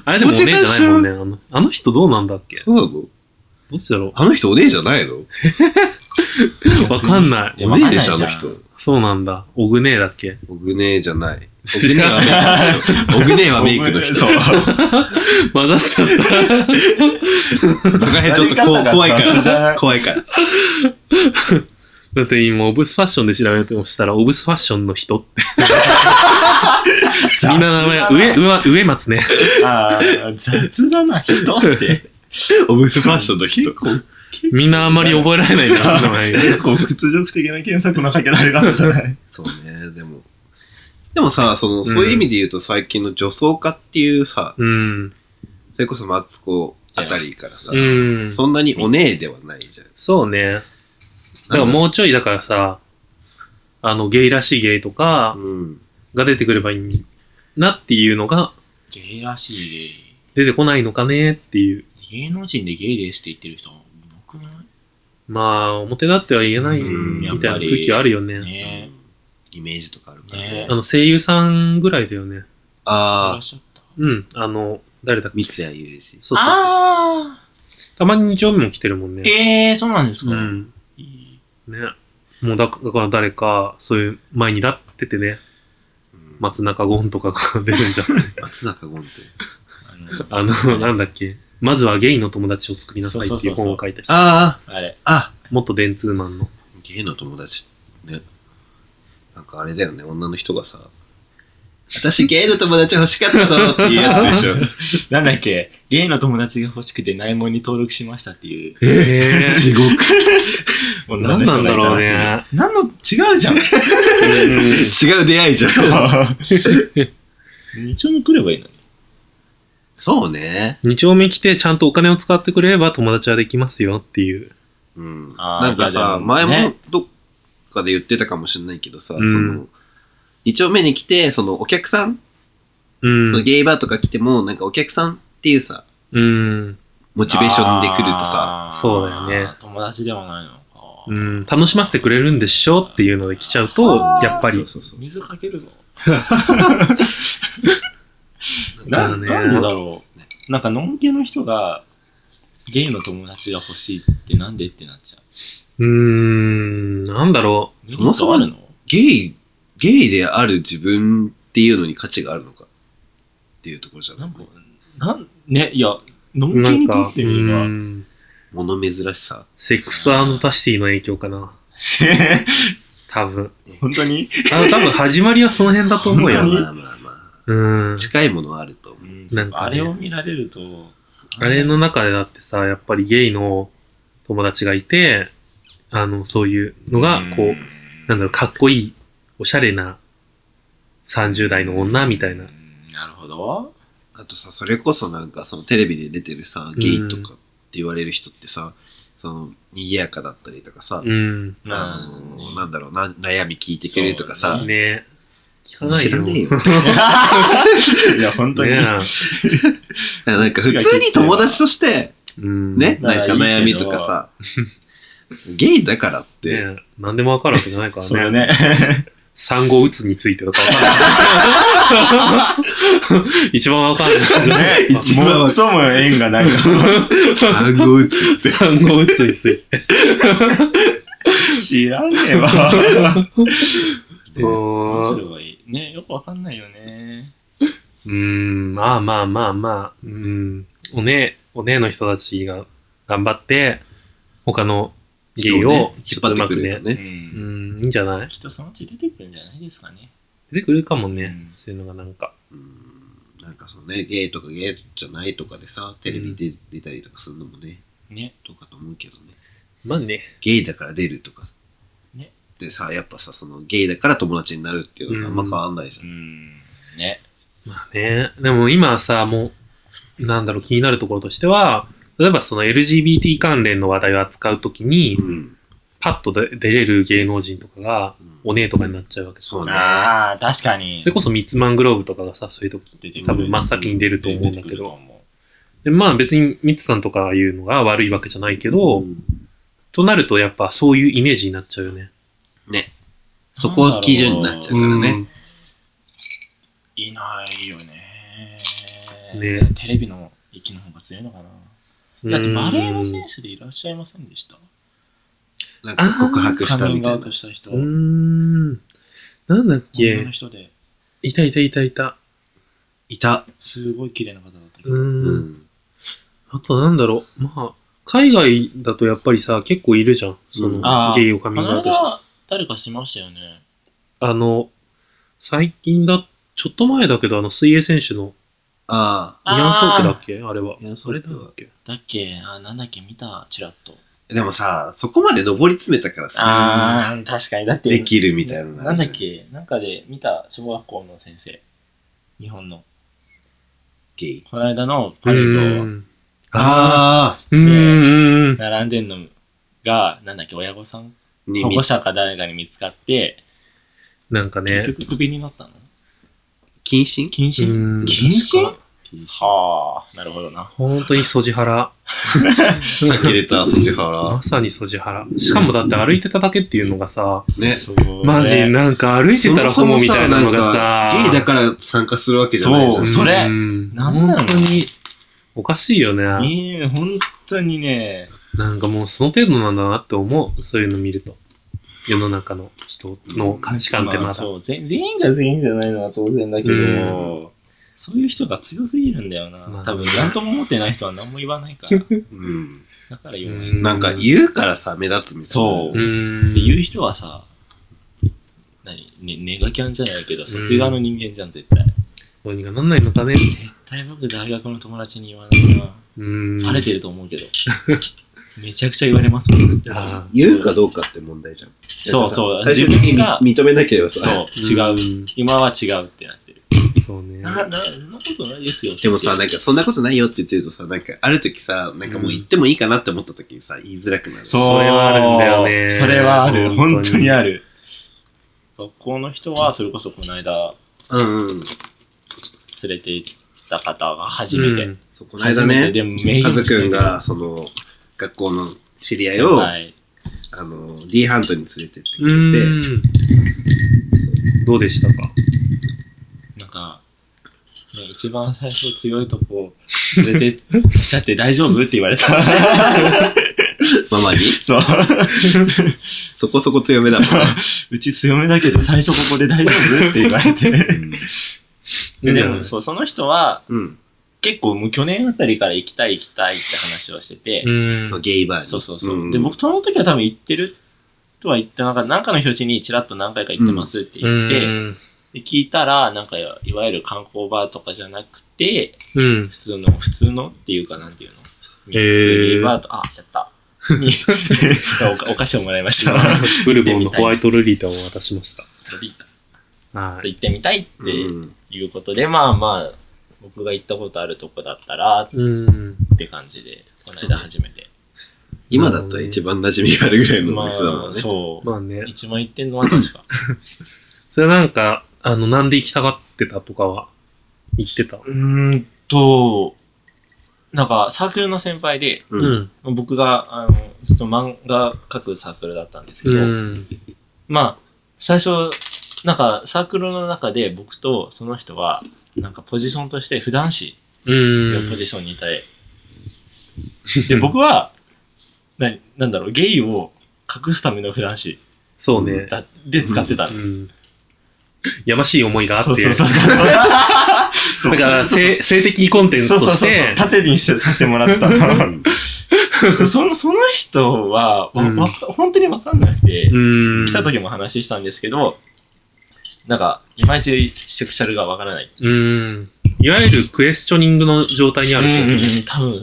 Speaker 2: あれでもおねえじゃないもんね。あのあの人どうなんだっけ
Speaker 1: そうなの
Speaker 2: どっちだろ
Speaker 1: あの人お姉じゃないの
Speaker 2: うわかんない。
Speaker 1: お姉でしょ、あ
Speaker 3: わかん
Speaker 1: の
Speaker 3: ないじゃん
Speaker 1: 人。
Speaker 2: そうなんだ。オグねえだっけ
Speaker 1: おぐねえじゃない。おぐ
Speaker 2: 違
Speaker 1: ねえはメイク。 おぐねえはメイクの人。
Speaker 4: そう。
Speaker 2: 混ざっちゃ った。
Speaker 1: そこら辺ちょっとこ
Speaker 4: やり方
Speaker 1: う
Speaker 4: が
Speaker 1: 怖いか
Speaker 4: 雑
Speaker 1: ら。
Speaker 4: だな
Speaker 1: 怖いから。
Speaker 2: だって今、オブスファッションで調べてもしたら、オブスファッションの人 って。みんな名前、上、上、上松ね。
Speaker 4: ああ、雑だな、人って。
Speaker 1: オブスファッションの人。
Speaker 2: みんなあんまり覚えられないな、名前が。
Speaker 4: こう、屈辱的な検索のかけられ方じゃない。
Speaker 1: そうね、でも。でもさ、その、そういう意味で言うと最近の女装家っていうさ、
Speaker 2: うん。
Speaker 1: それこそマツコあたりからさ、
Speaker 2: うん。
Speaker 1: そんなにお姉ではないじゃん。
Speaker 2: そうね。だからもうちょい、だからさ、あの、ゲイらしいゲイとか
Speaker 1: うん。
Speaker 2: が出てくればいいなっていうのが
Speaker 3: ゲイらしい
Speaker 2: 出てこないのかねっていう。
Speaker 3: ゲイ。芸能人でゲイですって言ってる人もいなくな
Speaker 2: まあ、表立っては言えない
Speaker 1: うん
Speaker 2: みたいな空気あるよね。
Speaker 3: いね
Speaker 1: イメージとかあるから
Speaker 3: ね
Speaker 1: ね
Speaker 2: あ。の、声優さんぐらいだよね。
Speaker 3: え。い
Speaker 1: あ
Speaker 3: らっ
Speaker 1: あ、
Speaker 3: しゃった。
Speaker 2: うん。あの、誰だっけ
Speaker 1: 三谷裕二。
Speaker 2: そうそう。
Speaker 3: ああ
Speaker 2: たまに2丁目も来てるもんね。
Speaker 3: ええー、そうなんですか。
Speaker 2: うん。ね。もうだだから誰か、そういう前に立っててね、
Speaker 1: うん
Speaker 2: 松中ゴンとかが出るんじゃん。
Speaker 1: 松坂ゴンって。
Speaker 3: あの
Speaker 2: あの、なんだっけ。まずはゲイの友達を作りなさいっていう本を書いた人。
Speaker 1: あ
Speaker 3: あれ。
Speaker 1: あ、あ、
Speaker 2: 元電通マンの。
Speaker 1: ゲイの友達ね。なんかあれだよね、女の人がさ、私ゲイの友達欲しかったのっていうやつでし ょ。
Speaker 3: なんだっけ、ゲイの友達が欲しくて内門に登録しましたっていう
Speaker 2: え
Speaker 1: 地獄。
Speaker 3: 女の人がいたらしい。
Speaker 2: な
Speaker 3: なん
Speaker 2: ん
Speaker 3: の、違う じゃん。
Speaker 2: ー、
Speaker 1: 違う出会いじゃん。
Speaker 3: 二丁目来ればいいのに。
Speaker 1: そうね。
Speaker 2: 2丁目来てちゃんとお金を使ってくれれば友達はできますよっていう。
Speaker 1: うん。
Speaker 3: あー
Speaker 1: なんか
Speaker 3: いや
Speaker 1: さ、
Speaker 3: でも
Speaker 1: 前
Speaker 3: ね
Speaker 1: もどっかで言ってたかもしれないけどさ、
Speaker 2: うん
Speaker 1: その、二丁目に来て、そのお客さん、
Speaker 2: う
Speaker 1: その
Speaker 2: ん。
Speaker 1: ゲイバーとか来ても、なんかお客さんっていうさ、
Speaker 2: うん。
Speaker 1: モチベーションで来ると
Speaker 3: あ
Speaker 1: さ、
Speaker 3: ー
Speaker 2: そうだよね。
Speaker 3: 友達ではないのか。
Speaker 2: うん。楽しませてくれるんでしょっていうので来ちゃうと、やっぱ
Speaker 1: そ
Speaker 2: り
Speaker 1: う。そうそう。
Speaker 3: 水かけるのな
Speaker 2: だよ
Speaker 3: ん
Speaker 2: ね
Speaker 3: なんでだろう。なんか、のんけの人が、ゲイの友達が欲しいってなんでってなっちゃ
Speaker 2: うーん。なんだろ
Speaker 3: う。
Speaker 1: そもそも
Speaker 3: メリットあるの
Speaker 1: ゲイ、ゲイである自分っていうのに価値があるのかっていうところじゃ
Speaker 3: な
Speaker 1: なんい
Speaker 3: か、なん、ね、いや、のん
Speaker 2: う。な
Speaker 3: け
Speaker 2: ん
Speaker 3: にと
Speaker 2: か
Speaker 3: っ、
Speaker 2: う
Speaker 3: てみれば、
Speaker 2: ん。
Speaker 1: 物珍しさ。
Speaker 2: セックスタシティの影響かな。多分。
Speaker 4: 本当に
Speaker 2: あの、多分始まりはその辺だと思う
Speaker 1: まあ
Speaker 2: よ。
Speaker 1: まあまあま
Speaker 2: う
Speaker 1: あ。
Speaker 2: ん。
Speaker 1: 近いものはあると思
Speaker 3: う
Speaker 1: う。
Speaker 3: ん
Speaker 2: なんかね
Speaker 3: あれを見られると、
Speaker 2: あれの中でだってさ、やっぱりゲイの友達がいて、あの、そういうのが、こう、なんだろう、かっこいい、おしゃれな30代の女みたいな
Speaker 3: う。んなるほど。
Speaker 1: あとさ、それこそなんかそのテレビで出てるさ、ゲイとかって言われる人ってさ、その、賑やかだったりとかさ、
Speaker 2: うん。
Speaker 1: あの
Speaker 3: う
Speaker 1: ー、
Speaker 3: ん
Speaker 1: なんだろうな、悩み聞いてくれるとかさ、
Speaker 3: そう
Speaker 2: ね聞かない
Speaker 1: 知
Speaker 2: よ。
Speaker 1: らねえ よ。だか
Speaker 4: いや、本当に。
Speaker 2: ね
Speaker 1: らなんか普通に友達として、
Speaker 2: え。うん。
Speaker 1: ね、
Speaker 3: うん
Speaker 1: なんか
Speaker 3: まあい
Speaker 1: 悩
Speaker 3: いけ
Speaker 1: み
Speaker 3: ど
Speaker 1: とかさ、ゲイだからっ
Speaker 2: ね
Speaker 1: て、
Speaker 2: え。何でもわかるわけじゃないか
Speaker 4: そ
Speaker 2: ら
Speaker 4: れ
Speaker 2: ね。
Speaker 4: ね。
Speaker 2: 産後うつについてとかわかんない。一番わかんない。
Speaker 1: 一番わ
Speaker 4: 最も縁がない。
Speaker 1: 暗号打つって。
Speaker 2: 産後うつについて。
Speaker 4: 知らね えわ。
Speaker 3: 面
Speaker 2: う
Speaker 3: 白い。ね、よくわかんないよね。
Speaker 2: ーん、まあまあまあまあ、うん、おねえ、おねえの人たちが頑張って、他の芸
Speaker 1: 人
Speaker 2: を
Speaker 1: ね、
Speaker 2: ち
Speaker 1: 引
Speaker 2: ょ
Speaker 1: っ張
Speaker 2: っとう
Speaker 1: っ
Speaker 2: ま
Speaker 1: て
Speaker 2: く
Speaker 1: くれる
Speaker 2: ね
Speaker 1: と。
Speaker 4: う。
Speaker 1: ね。
Speaker 2: うんん、いいんじゃない
Speaker 4: きっとそのうち出てくるんじゃないですかね。
Speaker 2: 出てくるかも
Speaker 4: う
Speaker 2: ね。
Speaker 4: ん
Speaker 2: そういうのがなんか。
Speaker 1: うんなんかそのね、ゲイとかゲイじゃないとかでさ、テレビで出たりとかするのもね、
Speaker 4: ね。
Speaker 1: どうかと思うけどね。
Speaker 2: まあね。
Speaker 1: ゲイだから出るとか。
Speaker 4: ね
Speaker 1: でさ、やっぱさ、そのゲイだから友達になるっていうのがあんま変わんないじゃん。
Speaker 4: うん。ね。
Speaker 2: まあね。でも今さ、もう、なんだろう、気になるところとしては、例えばその LGBT 関連の話題を扱うときに、
Speaker 1: うん
Speaker 2: パッと出出れる芸能人とかが、お姉とかになっちゃうわけです
Speaker 1: そうね。
Speaker 4: ああ、確かに。
Speaker 2: それこそミッツマングローブとかがさ、そういう時
Speaker 4: 出て
Speaker 2: 多
Speaker 4: くる
Speaker 2: 分真っ先に出ると思うんだ
Speaker 4: 出
Speaker 2: け
Speaker 4: てくると
Speaker 2: ど。
Speaker 4: 思
Speaker 2: でまあ別にミッツさんとかいうのが悪いわけじゃないけど、
Speaker 1: うん
Speaker 2: となるとやっぱそういうイメージになっちゃうよね。
Speaker 1: ね。そこは基準になっちゃうからね。
Speaker 4: ういないよね。
Speaker 2: ね
Speaker 4: テレビの域の方が強いのかな。
Speaker 2: うん。
Speaker 4: だってバレーの選手でいらっしゃいませんでした
Speaker 1: なんか告白し
Speaker 4: カ
Speaker 1: た
Speaker 4: ミン
Speaker 1: み
Speaker 4: グ
Speaker 1: た
Speaker 4: ア
Speaker 1: い
Speaker 4: ウ
Speaker 1: な
Speaker 4: ト。した人。
Speaker 2: うーん。なんだっ
Speaker 4: 女の
Speaker 2: け
Speaker 4: 人で、
Speaker 2: いたいたいたいた。
Speaker 1: いた。
Speaker 4: すごい綺麗な方だったけ
Speaker 2: う
Speaker 1: う
Speaker 4: ど。
Speaker 2: ーん。
Speaker 1: ん。
Speaker 2: あとなんだろう。まあ、海外だとやっぱりさ、結構いるじゃん。そ
Speaker 1: うん
Speaker 2: の、
Speaker 4: あー
Speaker 2: ゲイをカ
Speaker 4: こ
Speaker 2: ミングア
Speaker 4: の
Speaker 2: ウトして。
Speaker 4: 間、誰かしましたよね。
Speaker 2: あの、最近だ、ちょっと前だけど、あの、水泳選手の
Speaker 1: あ
Speaker 2: イアン・ソークだっけあれは。
Speaker 1: イアンソ
Speaker 2: あれ
Speaker 1: ーク
Speaker 2: だ
Speaker 1: は
Speaker 2: っけ
Speaker 4: だっけあ、なんだっけ見たチラッと。
Speaker 1: あ。でもさ、そこまで上り詰めたからさ、
Speaker 4: あー、確かに。だって
Speaker 1: できるみたいなのあ
Speaker 4: な
Speaker 1: る
Speaker 4: ん
Speaker 1: じ
Speaker 4: だ
Speaker 1: ゃ
Speaker 4: っけなんかで見た小学校の先生。日本の。
Speaker 1: ゲイ。
Speaker 4: この間の
Speaker 2: う
Speaker 4: パレード
Speaker 2: ー
Speaker 4: を
Speaker 2: ん。あ
Speaker 1: あ
Speaker 2: ー。うーん。
Speaker 4: 並んでんのが、なんだっけ親御さん
Speaker 1: あ。に
Speaker 4: 保
Speaker 1: み
Speaker 4: 護者か誰かに見つかって、
Speaker 2: なんかね
Speaker 4: 結。局クビになったの
Speaker 1: 謹慎
Speaker 4: 謹
Speaker 2: う
Speaker 4: 慎
Speaker 2: ーん
Speaker 4: 謹慎
Speaker 1: 謹慎
Speaker 4: はあ、なるほどな。
Speaker 2: 本当にソジハラ。
Speaker 1: さっき出た筋原
Speaker 2: ま。さにソジハラ。しかもだって歩いてただけっていうのがさ、
Speaker 1: ね。
Speaker 4: そうね
Speaker 2: マジなんか歩いてたらホモみたいなのがさ、
Speaker 1: そもそもなんかゲイだから参加するわけじゃないじゃ
Speaker 4: ら
Speaker 1: ん。
Speaker 4: そうれ
Speaker 2: うん
Speaker 4: なんなの
Speaker 2: 本当に、おかしいよね。
Speaker 4: ねえ、本当にね、
Speaker 2: なんかもうその程度なんだなって思う。そういうの見ると。世の中の人の価値観って
Speaker 4: ま
Speaker 2: ま
Speaker 4: あ
Speaker 2: だ。
Speaker 4: そう全全員が全員じゃないのは当然だけど、
Speaker 2: うん
Speaker 4: そういう人が強すぎるんだよな。
Speaker 2: まあ
Speaker 4: 多分、なんとも思ってない人は何も言わない から。
Speaker 1: うん。
Speaker 4: だから言わない。
Speaker 2: うん
Speaker 1: なんか言うからさ、目立つみたいな。
Speaker 4: そう
Speaker 2: うーん。
Speaker 4: で言う人はさ、何ね、ネガキャンじゃないけど、そっち側の人間じゃん、絶対。
Speaker 2: どうにかなんないのかね。
Speaker 4: 絶対僕、大学の友達に言わないな。
Speaker 2: うーん。
Speaker 4: 晴れてると思うけど。 めちゃくちゃ言われます もん。
Speaker 2: あ
Speaker 1: 言うかどうかって問題じゃん。
Speaker 4: そうそ
Speaker 1: なん
Speaker 4: う
Speaker 1: かさ最終的に
Speaker 4: 自分が
Speaker 1: 認めなければさ。
Speaker 4: そう、
Speaker 2: ー
Speaker 4: 違う。
Speaker 2: う
Speaker 4: 今は違うってなってる。
Speaker 2: ーん。そうね。
Speaker 4: な、な、そんなことないですよ。
Speaker 1: でもさ、なんかそんなことないよって言ってるとさ、なんかある時さ、なんかもう言ってもいいかなって思った時にさ、言いづらくなる。
Speaker 2: それはあるんだよね
Speaker 4: それはある。
Speaker 2: 本当に
Speaker 4: 本当にある。学校の人は、それこそこの間、
Speaker 1: うんうん。
Speaker 4: 連れて行った方が初めて。
Speaker 2: うん
Speaker 1: そう、この間ね、
Speaker 4: でも名
Speaker 1: カズくん
Speaker 4: ん
Speaker 1: が、その、学校の知り合いを、
Speaker 4: はい。
Speaker 1: あの、D ハントに連れてって
Speaker 2: う
Speaker 1: くれて、
Speaker 2: ーん。どうでしたか
Speaker 4: なんか、ね、一番最初強いとこ連れてきちゃって大丈夫って言わ れた。
Speaker 1: ママに、
Speaker 4: そう。
Speaker 1: そこそこ強めだもん。
Speaker 4: うち強めだけど最初ここで大丈夫って言われて。ででも、そう、その人は、
Speaker 1: うん。
Speaker 4: 結構もう去年あたりから行きたい行きたいって話をしてて
Speaker 2: う。ん。
Speaker 1: そうゲイバーに。
Speaker 4: そうそうそう。
Speaker 1: ん
Speaker 4: で、僕、その時は多分行ってるとは言ってなかった。なんかの表紙にちらっと何回か行ってますって
Speaker 2: う
Speaker 4: 言って、
Speaker 2: ん。
Speaker 4: で聞いたら、なんか、いわゆる観光バーとかじゃなくて、
Speaker 2: うん。
Speaker 4: 普通の、普通のっていうか、なんていうの
Speaker 2: へー
Speaker 4: 水着バーと、あ、やった。 にお菓お菓子をもらいま した。
Speaker 2: ブルボンのホワイトルリータを渡しました。
Speaker 4: それ行った
Speaker 2: は
Speaker 4: そう
Speaker 2: い。
Speaker 4: 行ってみたいっ
Speaker 1: う
Speaker 4: て
Speaker 1: ん。
Speaker 4: いうことで、まあまあ、僕が行ったことあるとこだったら、
Speaker 2: うん。
Speaker 4: って感じで、この間初めて。
Speaker 1: 今だったら一番馴染みがあるぐらいのお店だもん
Speaker 4: まあ、
Speaker 1: ね。
Speaker 4: そう。
Speaker 2: まあね。
Speaker 4: 一番行ってんのは確か。
Speaker 2: それはなんか、あの、なんで行きたがってたとかは、言ってた。
Speaker 4: うーんと、なんかサークルの先輩で、
Speaker 1: う。
Speaker 2: うんん。
Speaker 4: 僕が、あの、ちょっと漫画描くサークルだったんですけ
Speaker 2: う
Speaker 4: ど、
Speaker 2: ん。
Speaker 4: まあ、最初、なんかサークルの中で僕とその人は、なんかポジションとして普段子
Speaker 2: うん。
Speaker 4: のポジションにいたい。で、僕は、な、なんだろう、ゲイを隠すための普段子
Speaker 2: そうね。
Speaker 4: だで使ってた
Speaker 2: う。ん。やましい思いがあって。
Speaker 4: そうそうそうそう。そう
Speaker 2: だから、性性的コンテンツ
Speaker 4: そう
Speaker 2: と
Speaker 4: そう
Speaker 2: し
Speaker 4: そうそう
Speaker 2: て、
Speaker 4: 縦にしてさせてもらってたの。その、その人は、わ
Speaker 2: うん
Speaker 4: わか本当にわかんなくて、
Speaker 2: うん。
Speaker 4: 来た時も話したんですけど、なんか、いまいちセクシャルがわからない。
Speaker 2: うん。いわゆるクエスチョニングの状態にある。
Speaker 4: 多分、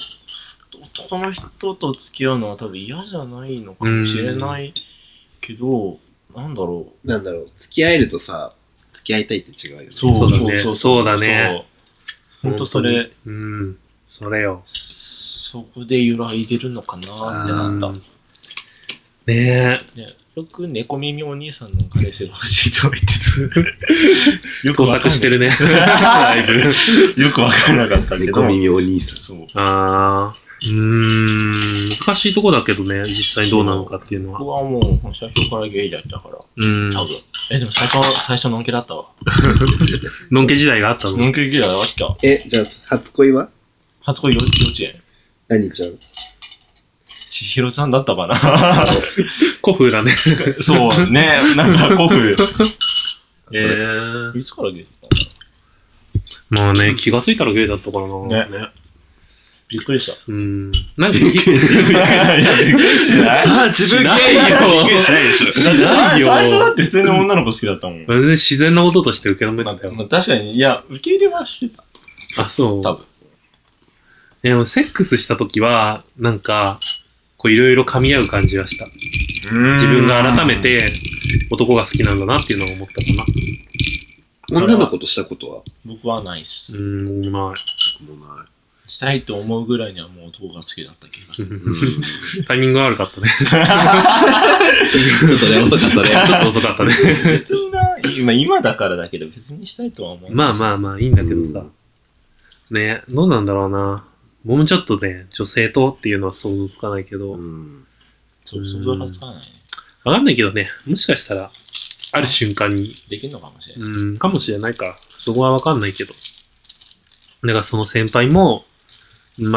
Speaker 4: 男の人と付き合うのは多分嫌じゃないのかもしれないけど、なんだろう。
Speaker 1: なんだろう、付き合えるとさ、付き合いたいって違うよね。
Speaker 2: そうだねそうだね。
Speaker 4: そう本当それ、
Speaker 2: 本当に。うん。それよ。
Speaker 4: そこで揺らいでるのかなってなった。
Speaker 2: うんね
Speaker 4: ねよく猫耳お兄さんの彼氏が欲しいとは言って た。
Speaker 2: え、
Speaker 4: よ
Speaker 2: 盗作してるね。だいぶ。
Speaker 4: る。よくわからなかったけ
Speaker 1: 猫
Speaker 4: ど。
Speaker 1: 耳お兄さん。
Speaker 4: そう。
Speaker 2: あー。うーん。難しいとこだけどね、実際どうなのかっていうのは。
Speaker 4: 僕はもう、最初からゲイだったから、
Speaker 2: うん。
Speaker 4: 多分。え、でも最初は、最初のんけだったわ。
Speaker 2: のんけ時代があった
Speaker 4: の
Speaker 2: の。
Speaker 4: んけゲイだった。
Speaker 1: え、じゃあ、初恋は
Speaker 4: 初恋幼幼稚園。
Speaker 1: 何ちゃん
Speaker 4: 千尋さんだったか な。
Speaker 2: 古風 だね。
Speaker 4: そうね、なんか古風。
Speaker 2: えー。
Speaker 4: いつからゲイだっ
Speaker 2: まあね、気がついたらゲイだったからな。
Speaker 4: たのね。びっくりした。
Speaker 2: うん。なんか、 し
Speaker 4: いやいや、びっくりしない
Speaker 1: あ、自分ゲイよ
Speaker 2: ないでしょ。しな
Speaker 4: だっ
Speaker 2: い
Speaker 4: て
Speaker 2: よ。
Speaker 4: 最初だって普通に女の子好きだったもん。
Speaker 2: 全然自然なこととして受け止め
Speaker 4: まあ
Speaker 2: たよ。
Speaker 4: まあ確かに、いや、受け入れはしてた。
Speaker 2: あ、そう。
Speaker 4: 多分。
Speaker 2: でも、セックスした時は、なんか、こう、いろいろ噛み合う感じはした。自分が改めて、男が好きなんだなっていうのを思ったかな。
Speaker 1: 女の子としたことは
Speaker 4: 僕はないっす。
Speaker 2: うん、まあ、
Speaker 1: 僕もない。
Speaker 4: したいと思うぐらいにはもう男が好きだった気がする。
Speaker 2: タイミングが悪かったね。
Speaker 1: ちょっとね、遅かったね。
Speaker 2: ちょっと遅かったね。
Speaker 4: 別にな、今、今だからだけど別にしたいとは思う。
Speaker 2: まあまあまあ、いいんだけどさ。ね、どうなんだろうな。もうちょっとね、女性とっていうのは想像つかないけど、
Speaker 1: うん。
Speaker 4: そう、想像がつかない。
Speaker 2: わかんないけどね、もしかしたら、ある瞬間に、
Speaker 4: できるのかもしれない。
Speaker 2: うん、かもしれないか。そこはわかんないけど。だからその先輩も、うん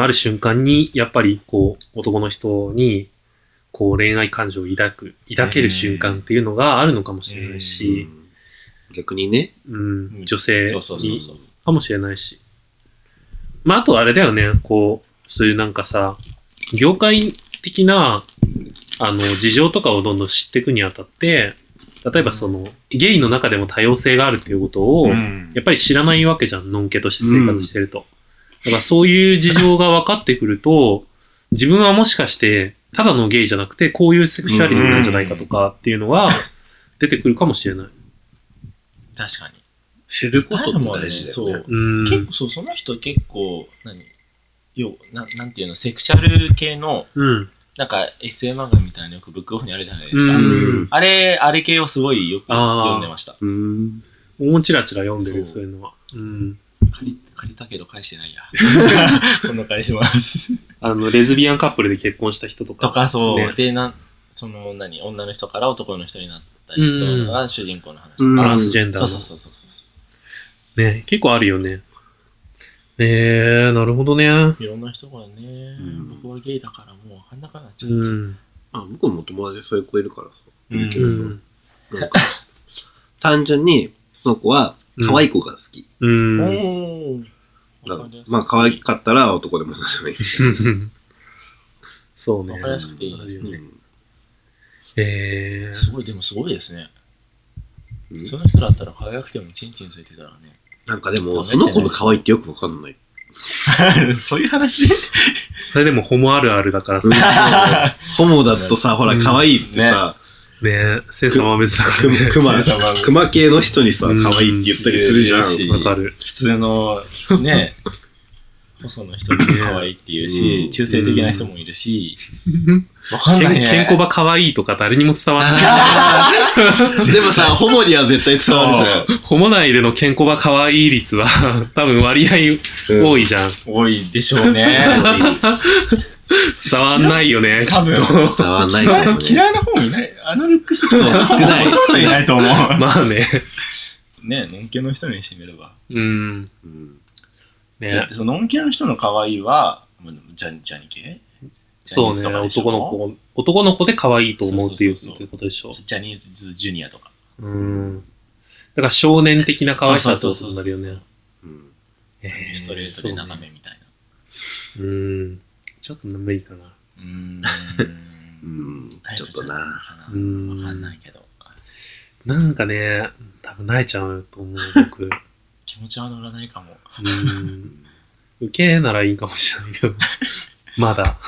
Speaker 2: ある瞬間に、やっぱりこう、男の人に、こう、恋愛感情を抱く、抱ける瞬間っていうのがあるのかもしれないし、
Speaker 1: 逆にね、
Speaker 2: うん、
Speaker 4: ん
Speaker 2: 女性
Speaker 4: そうそうそう
Speaker 2: に
Speaker 4: そう。
Speaker 2: かもしれないし。まあ、あとあれだよね、こう、そういうなんかさ、業界的な、あの、事情とかをどんどん知っていくにあたって、例えばその、ゲイの中でも多様性があるっていうことを、
Speaker 4: ん
Speaker 2: やっぱり知らないわけじゃん、のんけとして生活してると。だからそういう事情が分かってくると、自分はもしかして、ただのゲイじゃなくて、こういうセクシュアリティなんじゃないかとかっていうのが出てくるかもしれない。
Speaker 4: 確かに。
Speaker 1: 知る
Speaker 4: こ
Speaker 1: ことと
Speaker 4: って
Speaker 1: も
Speaker 4: 大
Speaker 1: 大
Speaker 4: 事
Speaker 1: 事
Speaker 4: だ
Speaker 1: だよ
Speaker 4: よね
Speaker 1: ね。
Speaker 2: うん。
Speaker 4: 結構そう、その人結構、何よ、ななんていうの、セクシャル系の、
Speaker 2: うん。
Speaker 4: なんか SM 漫画みたいなのよくブックオフにあるじゃないです
Speaker 2: う
Speaker 4: か。
Speaker 2: ん。
Speaker 4: あれ、あれ系をすごいよく
Speaker 2: あー
Speaker 4: 読んでました。
Speaker 1: うん。
Speaker 2: 僕もちらちら読んでるよ、
Speaker 4: そう
Speaker 2: そういうのは。うん。
Speaker 4: 借り借りたけど返してないや。 今度返します。
Speaker 2: あの、レズビアンカップルで結婚した人とか。
Speaker 4: とか、そう。
Speaker 2: ね
Speaker 4: で、なん、その、何、女の人から男の人になった人が主人公の話。
Speaker 1: うん
Speaker 2: トランスジェンダー
Speaker 4: そう
Speaker 2: の。
Speaker 4: そうそうそうそう。
Speaker 2: ね、結構あるよね。えー、なるほどね。
Speaker 4: いろんな人がね、
Speaker 1: ん
Speaker 4: 僕はゲイだからもう分かんなくなっちゃ
Speaker 2: う
Speaker 4: った。
Speaker 2: ん。
Speaker 1: あ、僕も友達でそういう子いるからさ。
Speaker 4: うん
Speaker 1: いるけ
Speaker 2: う
Speaker 1: ど
Speaker 2: ん。
Speaker 1: なんか、単純に、その子は、可愛い子が好き。
Speaker 2: うん。
Speaker 4: おー
Speaker 1: だ
Speaker 4: わ
Speaker 1: か
Speaker 4: からりやすい
Speaker 1: まあ、可愛かったら男でも女じゃない。
Speaker 2: そうね。
Speaker 4: わかりやすくていいです
Speaker 1: う
Speaker 4: ね
Speaker 1: ん
Speaker 2: え
Speaker 4: す
Speaker 2: ー、
Speaker 4: ごい、でもすごいですね。
Speaker 1: うん
Speaker 4: その人だったら輝くてもチンチンついてたらね。
Speaker 1: なんかでも、その子の可愛いってよくわかんない。
Speaker 4: そういう話
Speaker 2: それでもホモあるあるだからさ
Speaker 1: うん。ホモだとさ、ほら、可愛いってさ、
Speaker 2: ねセンサーは別だからね。
Speaker 1: クマ、
Speaker 4: そうそう
Speaker 1: クマ系の人にさ、可愛いって言ったりするじゃん。
Speaker 4: うん
Speaker 2: わかる。
Speaker 4: 普通の、ね、細の人も可愛いっていうし
Speaker 1: う、ん
Speaker 4: 中性的な人もいるし、
Speaker 2: ケ
Speaker 4: わかんない
Speaker 2: ン
Speaker 4: ね。
Speaker 2: ケンコバ可愛いとか誰にも伝わらない。
Speaker 1: でもさ、ホモには絶対伝わる
Speaker 2: ホモ内でのケンコバ可愛い率は多分割合
Speaker 1: じゃん。
Speaker 2: 多
Speaker 1: い。
Speaker 2: いじゃん。
Speaker 4: 多いでしょ うね。
Speaker 2: 伝わんないよね。
Speaker 4: 多分
Speaker 2: きっと
Speaker 1: 伝わんないか
Speaker 4: 嫌
Speaker 1: も
Speaker 4: い
Speaker 1: ね。
Speaker 4: 嫌いな方いない。あのルックスって
Speaker 1: そう少ない
Speaker 4: ほとんどいないと 思う。
Speaker 2: まあね。
Speaker 4: ね、のんけの人にしてみれば。
Speaker 2: うん。
Speaker 1: うん
Speaker 4: だ
Speaker 2: ね
Speaker 4: っ。てそののんけの人の可愛いは、もうジャニジャニ系
Speaker 2: そうね。男の。子、男の子で可愛いと思うっていう
Speaker 4: そうそうそうそう
Speaker 2: っていうことでしょ
Speaker 4: ジャニーズとかでしょジャニーズジュニアとか。
Speaker 2: う。うん。だから少年的な可愛さってことになるよね。
Speaker 1: うん
Speaker 2: えー
Speaker 4: ストレートで斜めみたいな。
Speaker 2: そうねうん。ちょっと無理かな。
Speaker 4: うーん
Speaker 1: う。ん
Speaker 4: タイ
Speaker 1: ちょ
Speaker 4: プ
Speaker 1: っ
Speaker 4: じ
Speaker 1: と
Speaker 4: ゃないの
Speaker 1: な
Speaker 4: かな。
Speaker 2: うーん
Speaker 4: わかんないけど。
Speaker 2: なんかね、多分泣いちゃうと思う、 僕。う
Speaker 4: 気持ちは乗らないかも。
Speaker 2: ーん。受けならいいかもしれないけど。ま だ。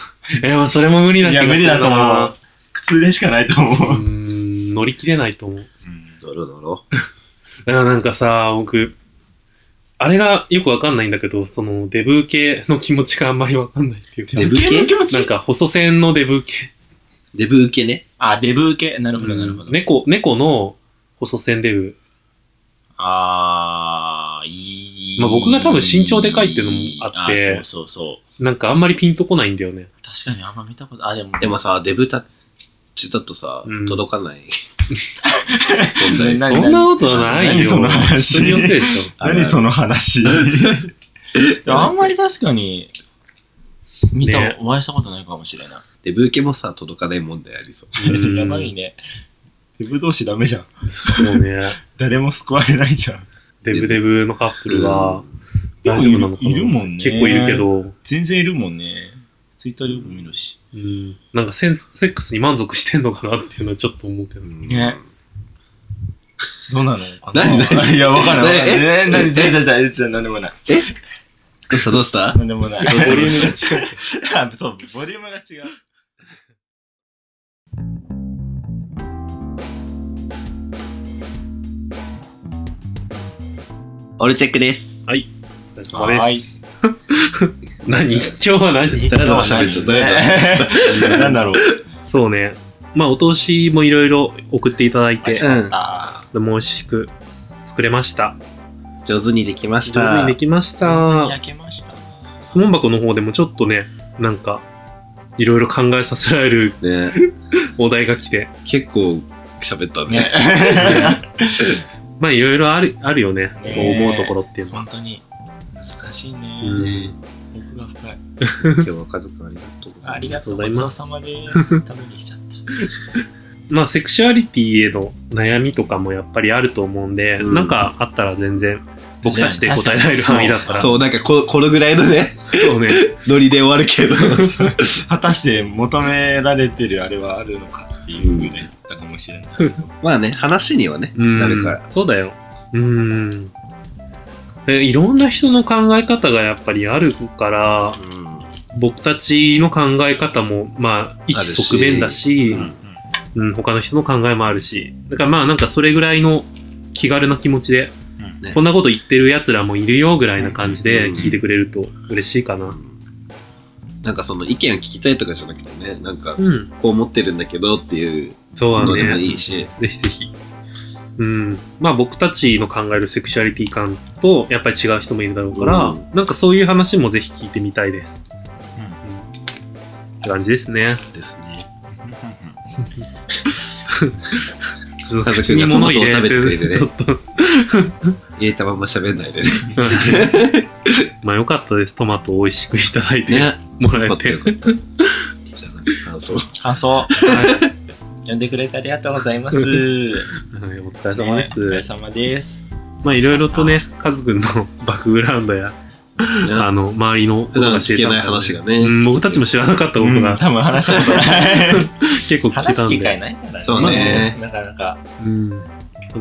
Speaker 2: え、まあそれも無理な気がするな。
Speaker 4: いや無理だと思苦痛でしかないと思
Speaker 2: うーん、乗り切れないと思う。
Speaker 4: うん
Speaker 1: 乗ろ乗ろ
Speaker 2: だからなんかさ、僕、あれがよくわかんないんだけど、そのデブ系の気持ちがあんまりわかんないっていうか
Speaker 1: デブ系
Speaker 4: 気持
Speaker 2: なんか細線のデブ系。
Speaker 1: デブ受けね
Speaker 4: あ、デブ系。なるほど、なるほど。
Speaker 2: 猫、猫の細線デブ。
Speaker 4: あー、いい。
Speaker 2: まあ僕が多分身長でかいっていうのもあって
Speaker 4: あそうそうそう。
Speaker 2: なんかあんまりピンとこないんだよね。
Speaker 4: 確かにあんま見たこと、あ、でも、
Speaker 1: でもさデブたちだとさ、
Speaker 2: うん
Speaker 1: 届かない 問題
Speaker 2: そ
Speaker 4: 何
Speaker 2: んなことない
Speaker 4: 何
Speaker 2: よ。
Speaker 4: その話
Speaker 2: 人によってでしょ。
Speaker 1: あるある
Speaker 4: の話。いやあんまり確かに、見た、
Speaker 2: ね
Speaker 4: お会いしたことないかもしれな
Speaker 1: デブ受けもさ届かない問題ありそう
Speaker 2: う
Speaker 4: い。
Speaker 2: ん
Speaker 4: やばいね。デブ同士ダメじゃん。
Speaker 2: そうね。
Speaker 4: 誰も救われないじゃん。
Speaker 2: デブデブのカップルは
Speaker 4: でも
Speaker 2: 大丈夫なのかな。
Speaker 4: いるもんね
Speaker 2: 結構いるけど、
Speaker 4: 全然いるもんね。ツイッターでよく見るし。
Speaker 2: うん、なんかセンセックスに満足してんのかなっていうのはちょっと思うけど
Speaker 1: う。ん
Speaker 4: ねどうなのか
Speaker 1: な何何
Speaker 4: いや、わからんわからん。
Speaker 1: え
Speaker 4: え何全然大丈夫。なんでもない。
Speaker 1: どうしたどうした
Speaker 4: なんでも ない。
Speaker 2: ボリュームが違う。
Speaker 4: あそう、ボリュームが違う。
Speaker 1: オールチェックです
Speaker 2: お疲れ様です。 何今日は何
Speaker 1: だらだら喋っちゃっただらだら喋っちゃった
Speaker 4: なんだろう。
Speaker 2: そうね。まあ、お通しもいろいろ送っていただいて、と
Speaker 1: うん
Speaker 4: あ
Speaker 2: ても美味しく作れました。
Speaker 1: 上手にできまし
Speaker 2: 上手
Speaker 1: た
Speaker 2: にできまし
Speaker 4: あ、
Speaker 2: た。
Speaker 4: 焼けました。
Speaker 2: 質問箱の方でもちょっとね、なんか、いろいろ考えさせられる
Speaker 1: ね
Speaker 2: お題が来て、
Speaker 1: 結構喋ったね
Speaker 4: ね。
Speaker 2: まあ、いろいろある、あるよね。こ
Speaker 4: ね
Speaker 2: う思うところっていうの
Speaker 4: 本
Speaker 2: は。
Speaker 4: 当に難しい
Speaker 2: うん
Speaker 4: ね。奥が深い。
Speaker 1: 今日はカズくんありがとうございます
Speaker 4: ありが
Speaker 2: ご
Speaker 4: とう
Speaker 2: ざ
Speaker 4: ござ
Speaker 2: い
Speaker 4: い
Speaker 2: ま
Speaker 4: ますす。お疲れ様です。食べに来ちゃっ
Speaker 2: まあ、セクシュアリティへの悩みとかもやっぱりあると思うんで、
Speaker 1: うん
Speaker 2: なんかあったら全然、僕たちで答えられる範囲だったら、
Speaker 1: そう、なんかこ、このぐらいのね、
Speaker 2: そうね。
Speaker 1: ノリで終わるけ ど。
Speaker 4: た。果たして求められてるあれはあるのかっていうぐらいだったかもしれない。
Speaker 1: まあね、話にはね、
Speaker 2: うん
Speaker 1: なるから。
Speaker 2: そうだよ。うん。えいろんな人の考え方がやっぱりあるから、僕たちの考え方も、まあ、一側面だし、
Speaker 1: うん
Speaker 2: うん、他の人の考えもあるし、だからまあなんかそれぐらいの気軽な気持ちで、
Speaker 4: うん
Speaker 1: ね
Speaker 2: こんなこと言ってる奴らもいるよぐらいな感じで
Speaker 1: うん
Speaker 2: 聞いてくれると嬉しいかな。
Speaker 1: なんかその意見を聞きたいとかじゃなくてね、なんか
Speaker 2: うん、
Speaker 1: こう思ってるんだけどっていう
Speaker 2: そう
Speaker 1: ので
Speaker 2: だ
Speaker 1: も
Speaker 2: ね。
Speaker 1: いいし、
Speaker 2: ぜひぜひ。うん。まあ僕たちの考えるセクシュアリティ感とやっぱり違う人もいるだろうから、
Speaker 1: うん
Speaker 2: なんかそういう話もぜひ聞いてみたいです。
Speaker 4: うん
Speaker 2: って感じですね。
Speaker 1: ですね。
Speaker 2: 家
Speaker 1: 族がトマトを食べてくれ てね
Speaker 2: ちょっ と。
Speaker 1: 入れたまま喋んないでね。
Speaker 2: まあよかったです。トマトを美味しくいただいて
Speaker 1: ね。
Speaker 2: もら
Speaker 1: よか
Speaker 2: え
Speaker 1: ったよか
Speaker 2: て。
Speaker 1: った。 じゃあなんか感 想。
Speaker 4: 感想、
Speaker 2: は
Speaker 4: 呼んでくれてありがとうございます。お疲
Speaker 2: いはいお疲れ様です。
Speaker 4: お疲れ様です。
Speaker 2: まあいろいろとね、カズくんのバックグラウンドや、あ
Speaker 1: ね
Speaker 2: の、周りのこ
Speaker 1: 普
Speaker 2: と
Speaker 1: 段
Speaker 2: が
Speaker 1: 聞
Speaker 2: 知
Speaker 1: け
Speaker 2: れた
Speaker 1: ない
Speaker 2: の
Speaker 1: 話
Speaker 2: で
Speaker 1: がね。
Speaker 2: うん、僕たちも知らなかったこと
Speaker 4: うん
Speaker 2: が
Speaker 4: 多分話したことない。
Speaker 2: 結構聞け
Speaker 4: 話
Speaker 2: た
Speaker 4: す
Speaker 2: ん
Speaker 4: 機会
Speaker 2: で、
Speaker 4: ないからね。
Speaker 1: そうね
Speaker 4: なかなか
Speaker 2: うん、楽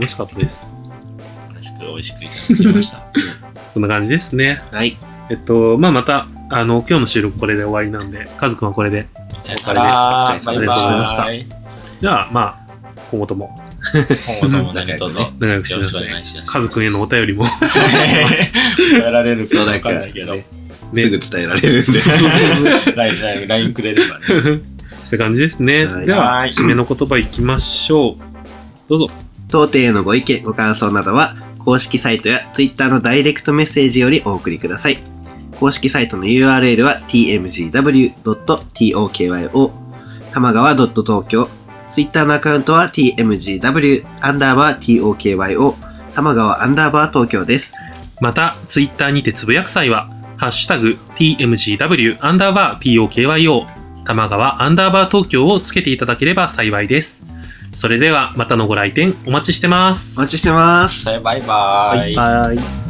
Speaker 2: しかったです。
Speaker 4: 楽しく美味しくいただきま した。
Speaker 2: こんな感じですね。
Speaker 1: はい。
Speaker 2: えっと、まあまた、あの、今日の収録これで終わりなんで、カズくんはこれで。
Speaker 4: だから、
Speaker 1: お
Speaker 4: バ
Speaker 1: 疲
Speaker 2: れ
Speaker 4: イ
Speaker 2: 様でした
Speaker 4: バイ。
Speaker 2: じゃあ、まあ、今後とも
Speaker 4: 今後とも 何卒よ
Speaker 2: 長くしてくだ
Speaker 4: ろしくお
Speaker 2: さい。
Speaker 4: 願いします。
Speaker 2: カズくん へのお便りもね、
Speaker 4: やられるか
Speaker 1: そう
Speaker 4: わ
Speaker 1: だ
Speaker 4: か
Speaker 1: か
Speaker 4: ん
Speaker 1: ら、
Speaker 4: ない
Speaker 1: ね、
Speaker 4: け
Speaker 1: す
Speaker 4: ど。
Speaker 1: ぐ伝えられる んで。
Speaker 4: ラインラインラインくれればね。
Speaker 2: って感じですね。
Speaker 1: はい
Speaker 2: では、
Speaker 4: はい
Speaker 2: 締めの言葉いきましょう。どうぞ。
Speaker 1: 当店へのご意見、ご感想などは、公式サイトや Twitter のダイレクトメッセージよりお送りください。公式サイトの URL は tmgw.tokyo、玉川 .tokyo、Twitter のアカウントは tmgw アンダーバー tokyo、玉川アンダーバー東京です。
Speaker 2: また、ツイッターにてつぶやく際は、ハッシュタグ、tmgw アンダーバー tokyo、玉川アンダーバー東京をつけていただければ幸いです。それでは、またのご来店お待ちしてます。
Speaker 1: お待ちしてます。
Speaker 4: バイバイ。
Speaker 2: バイバイ。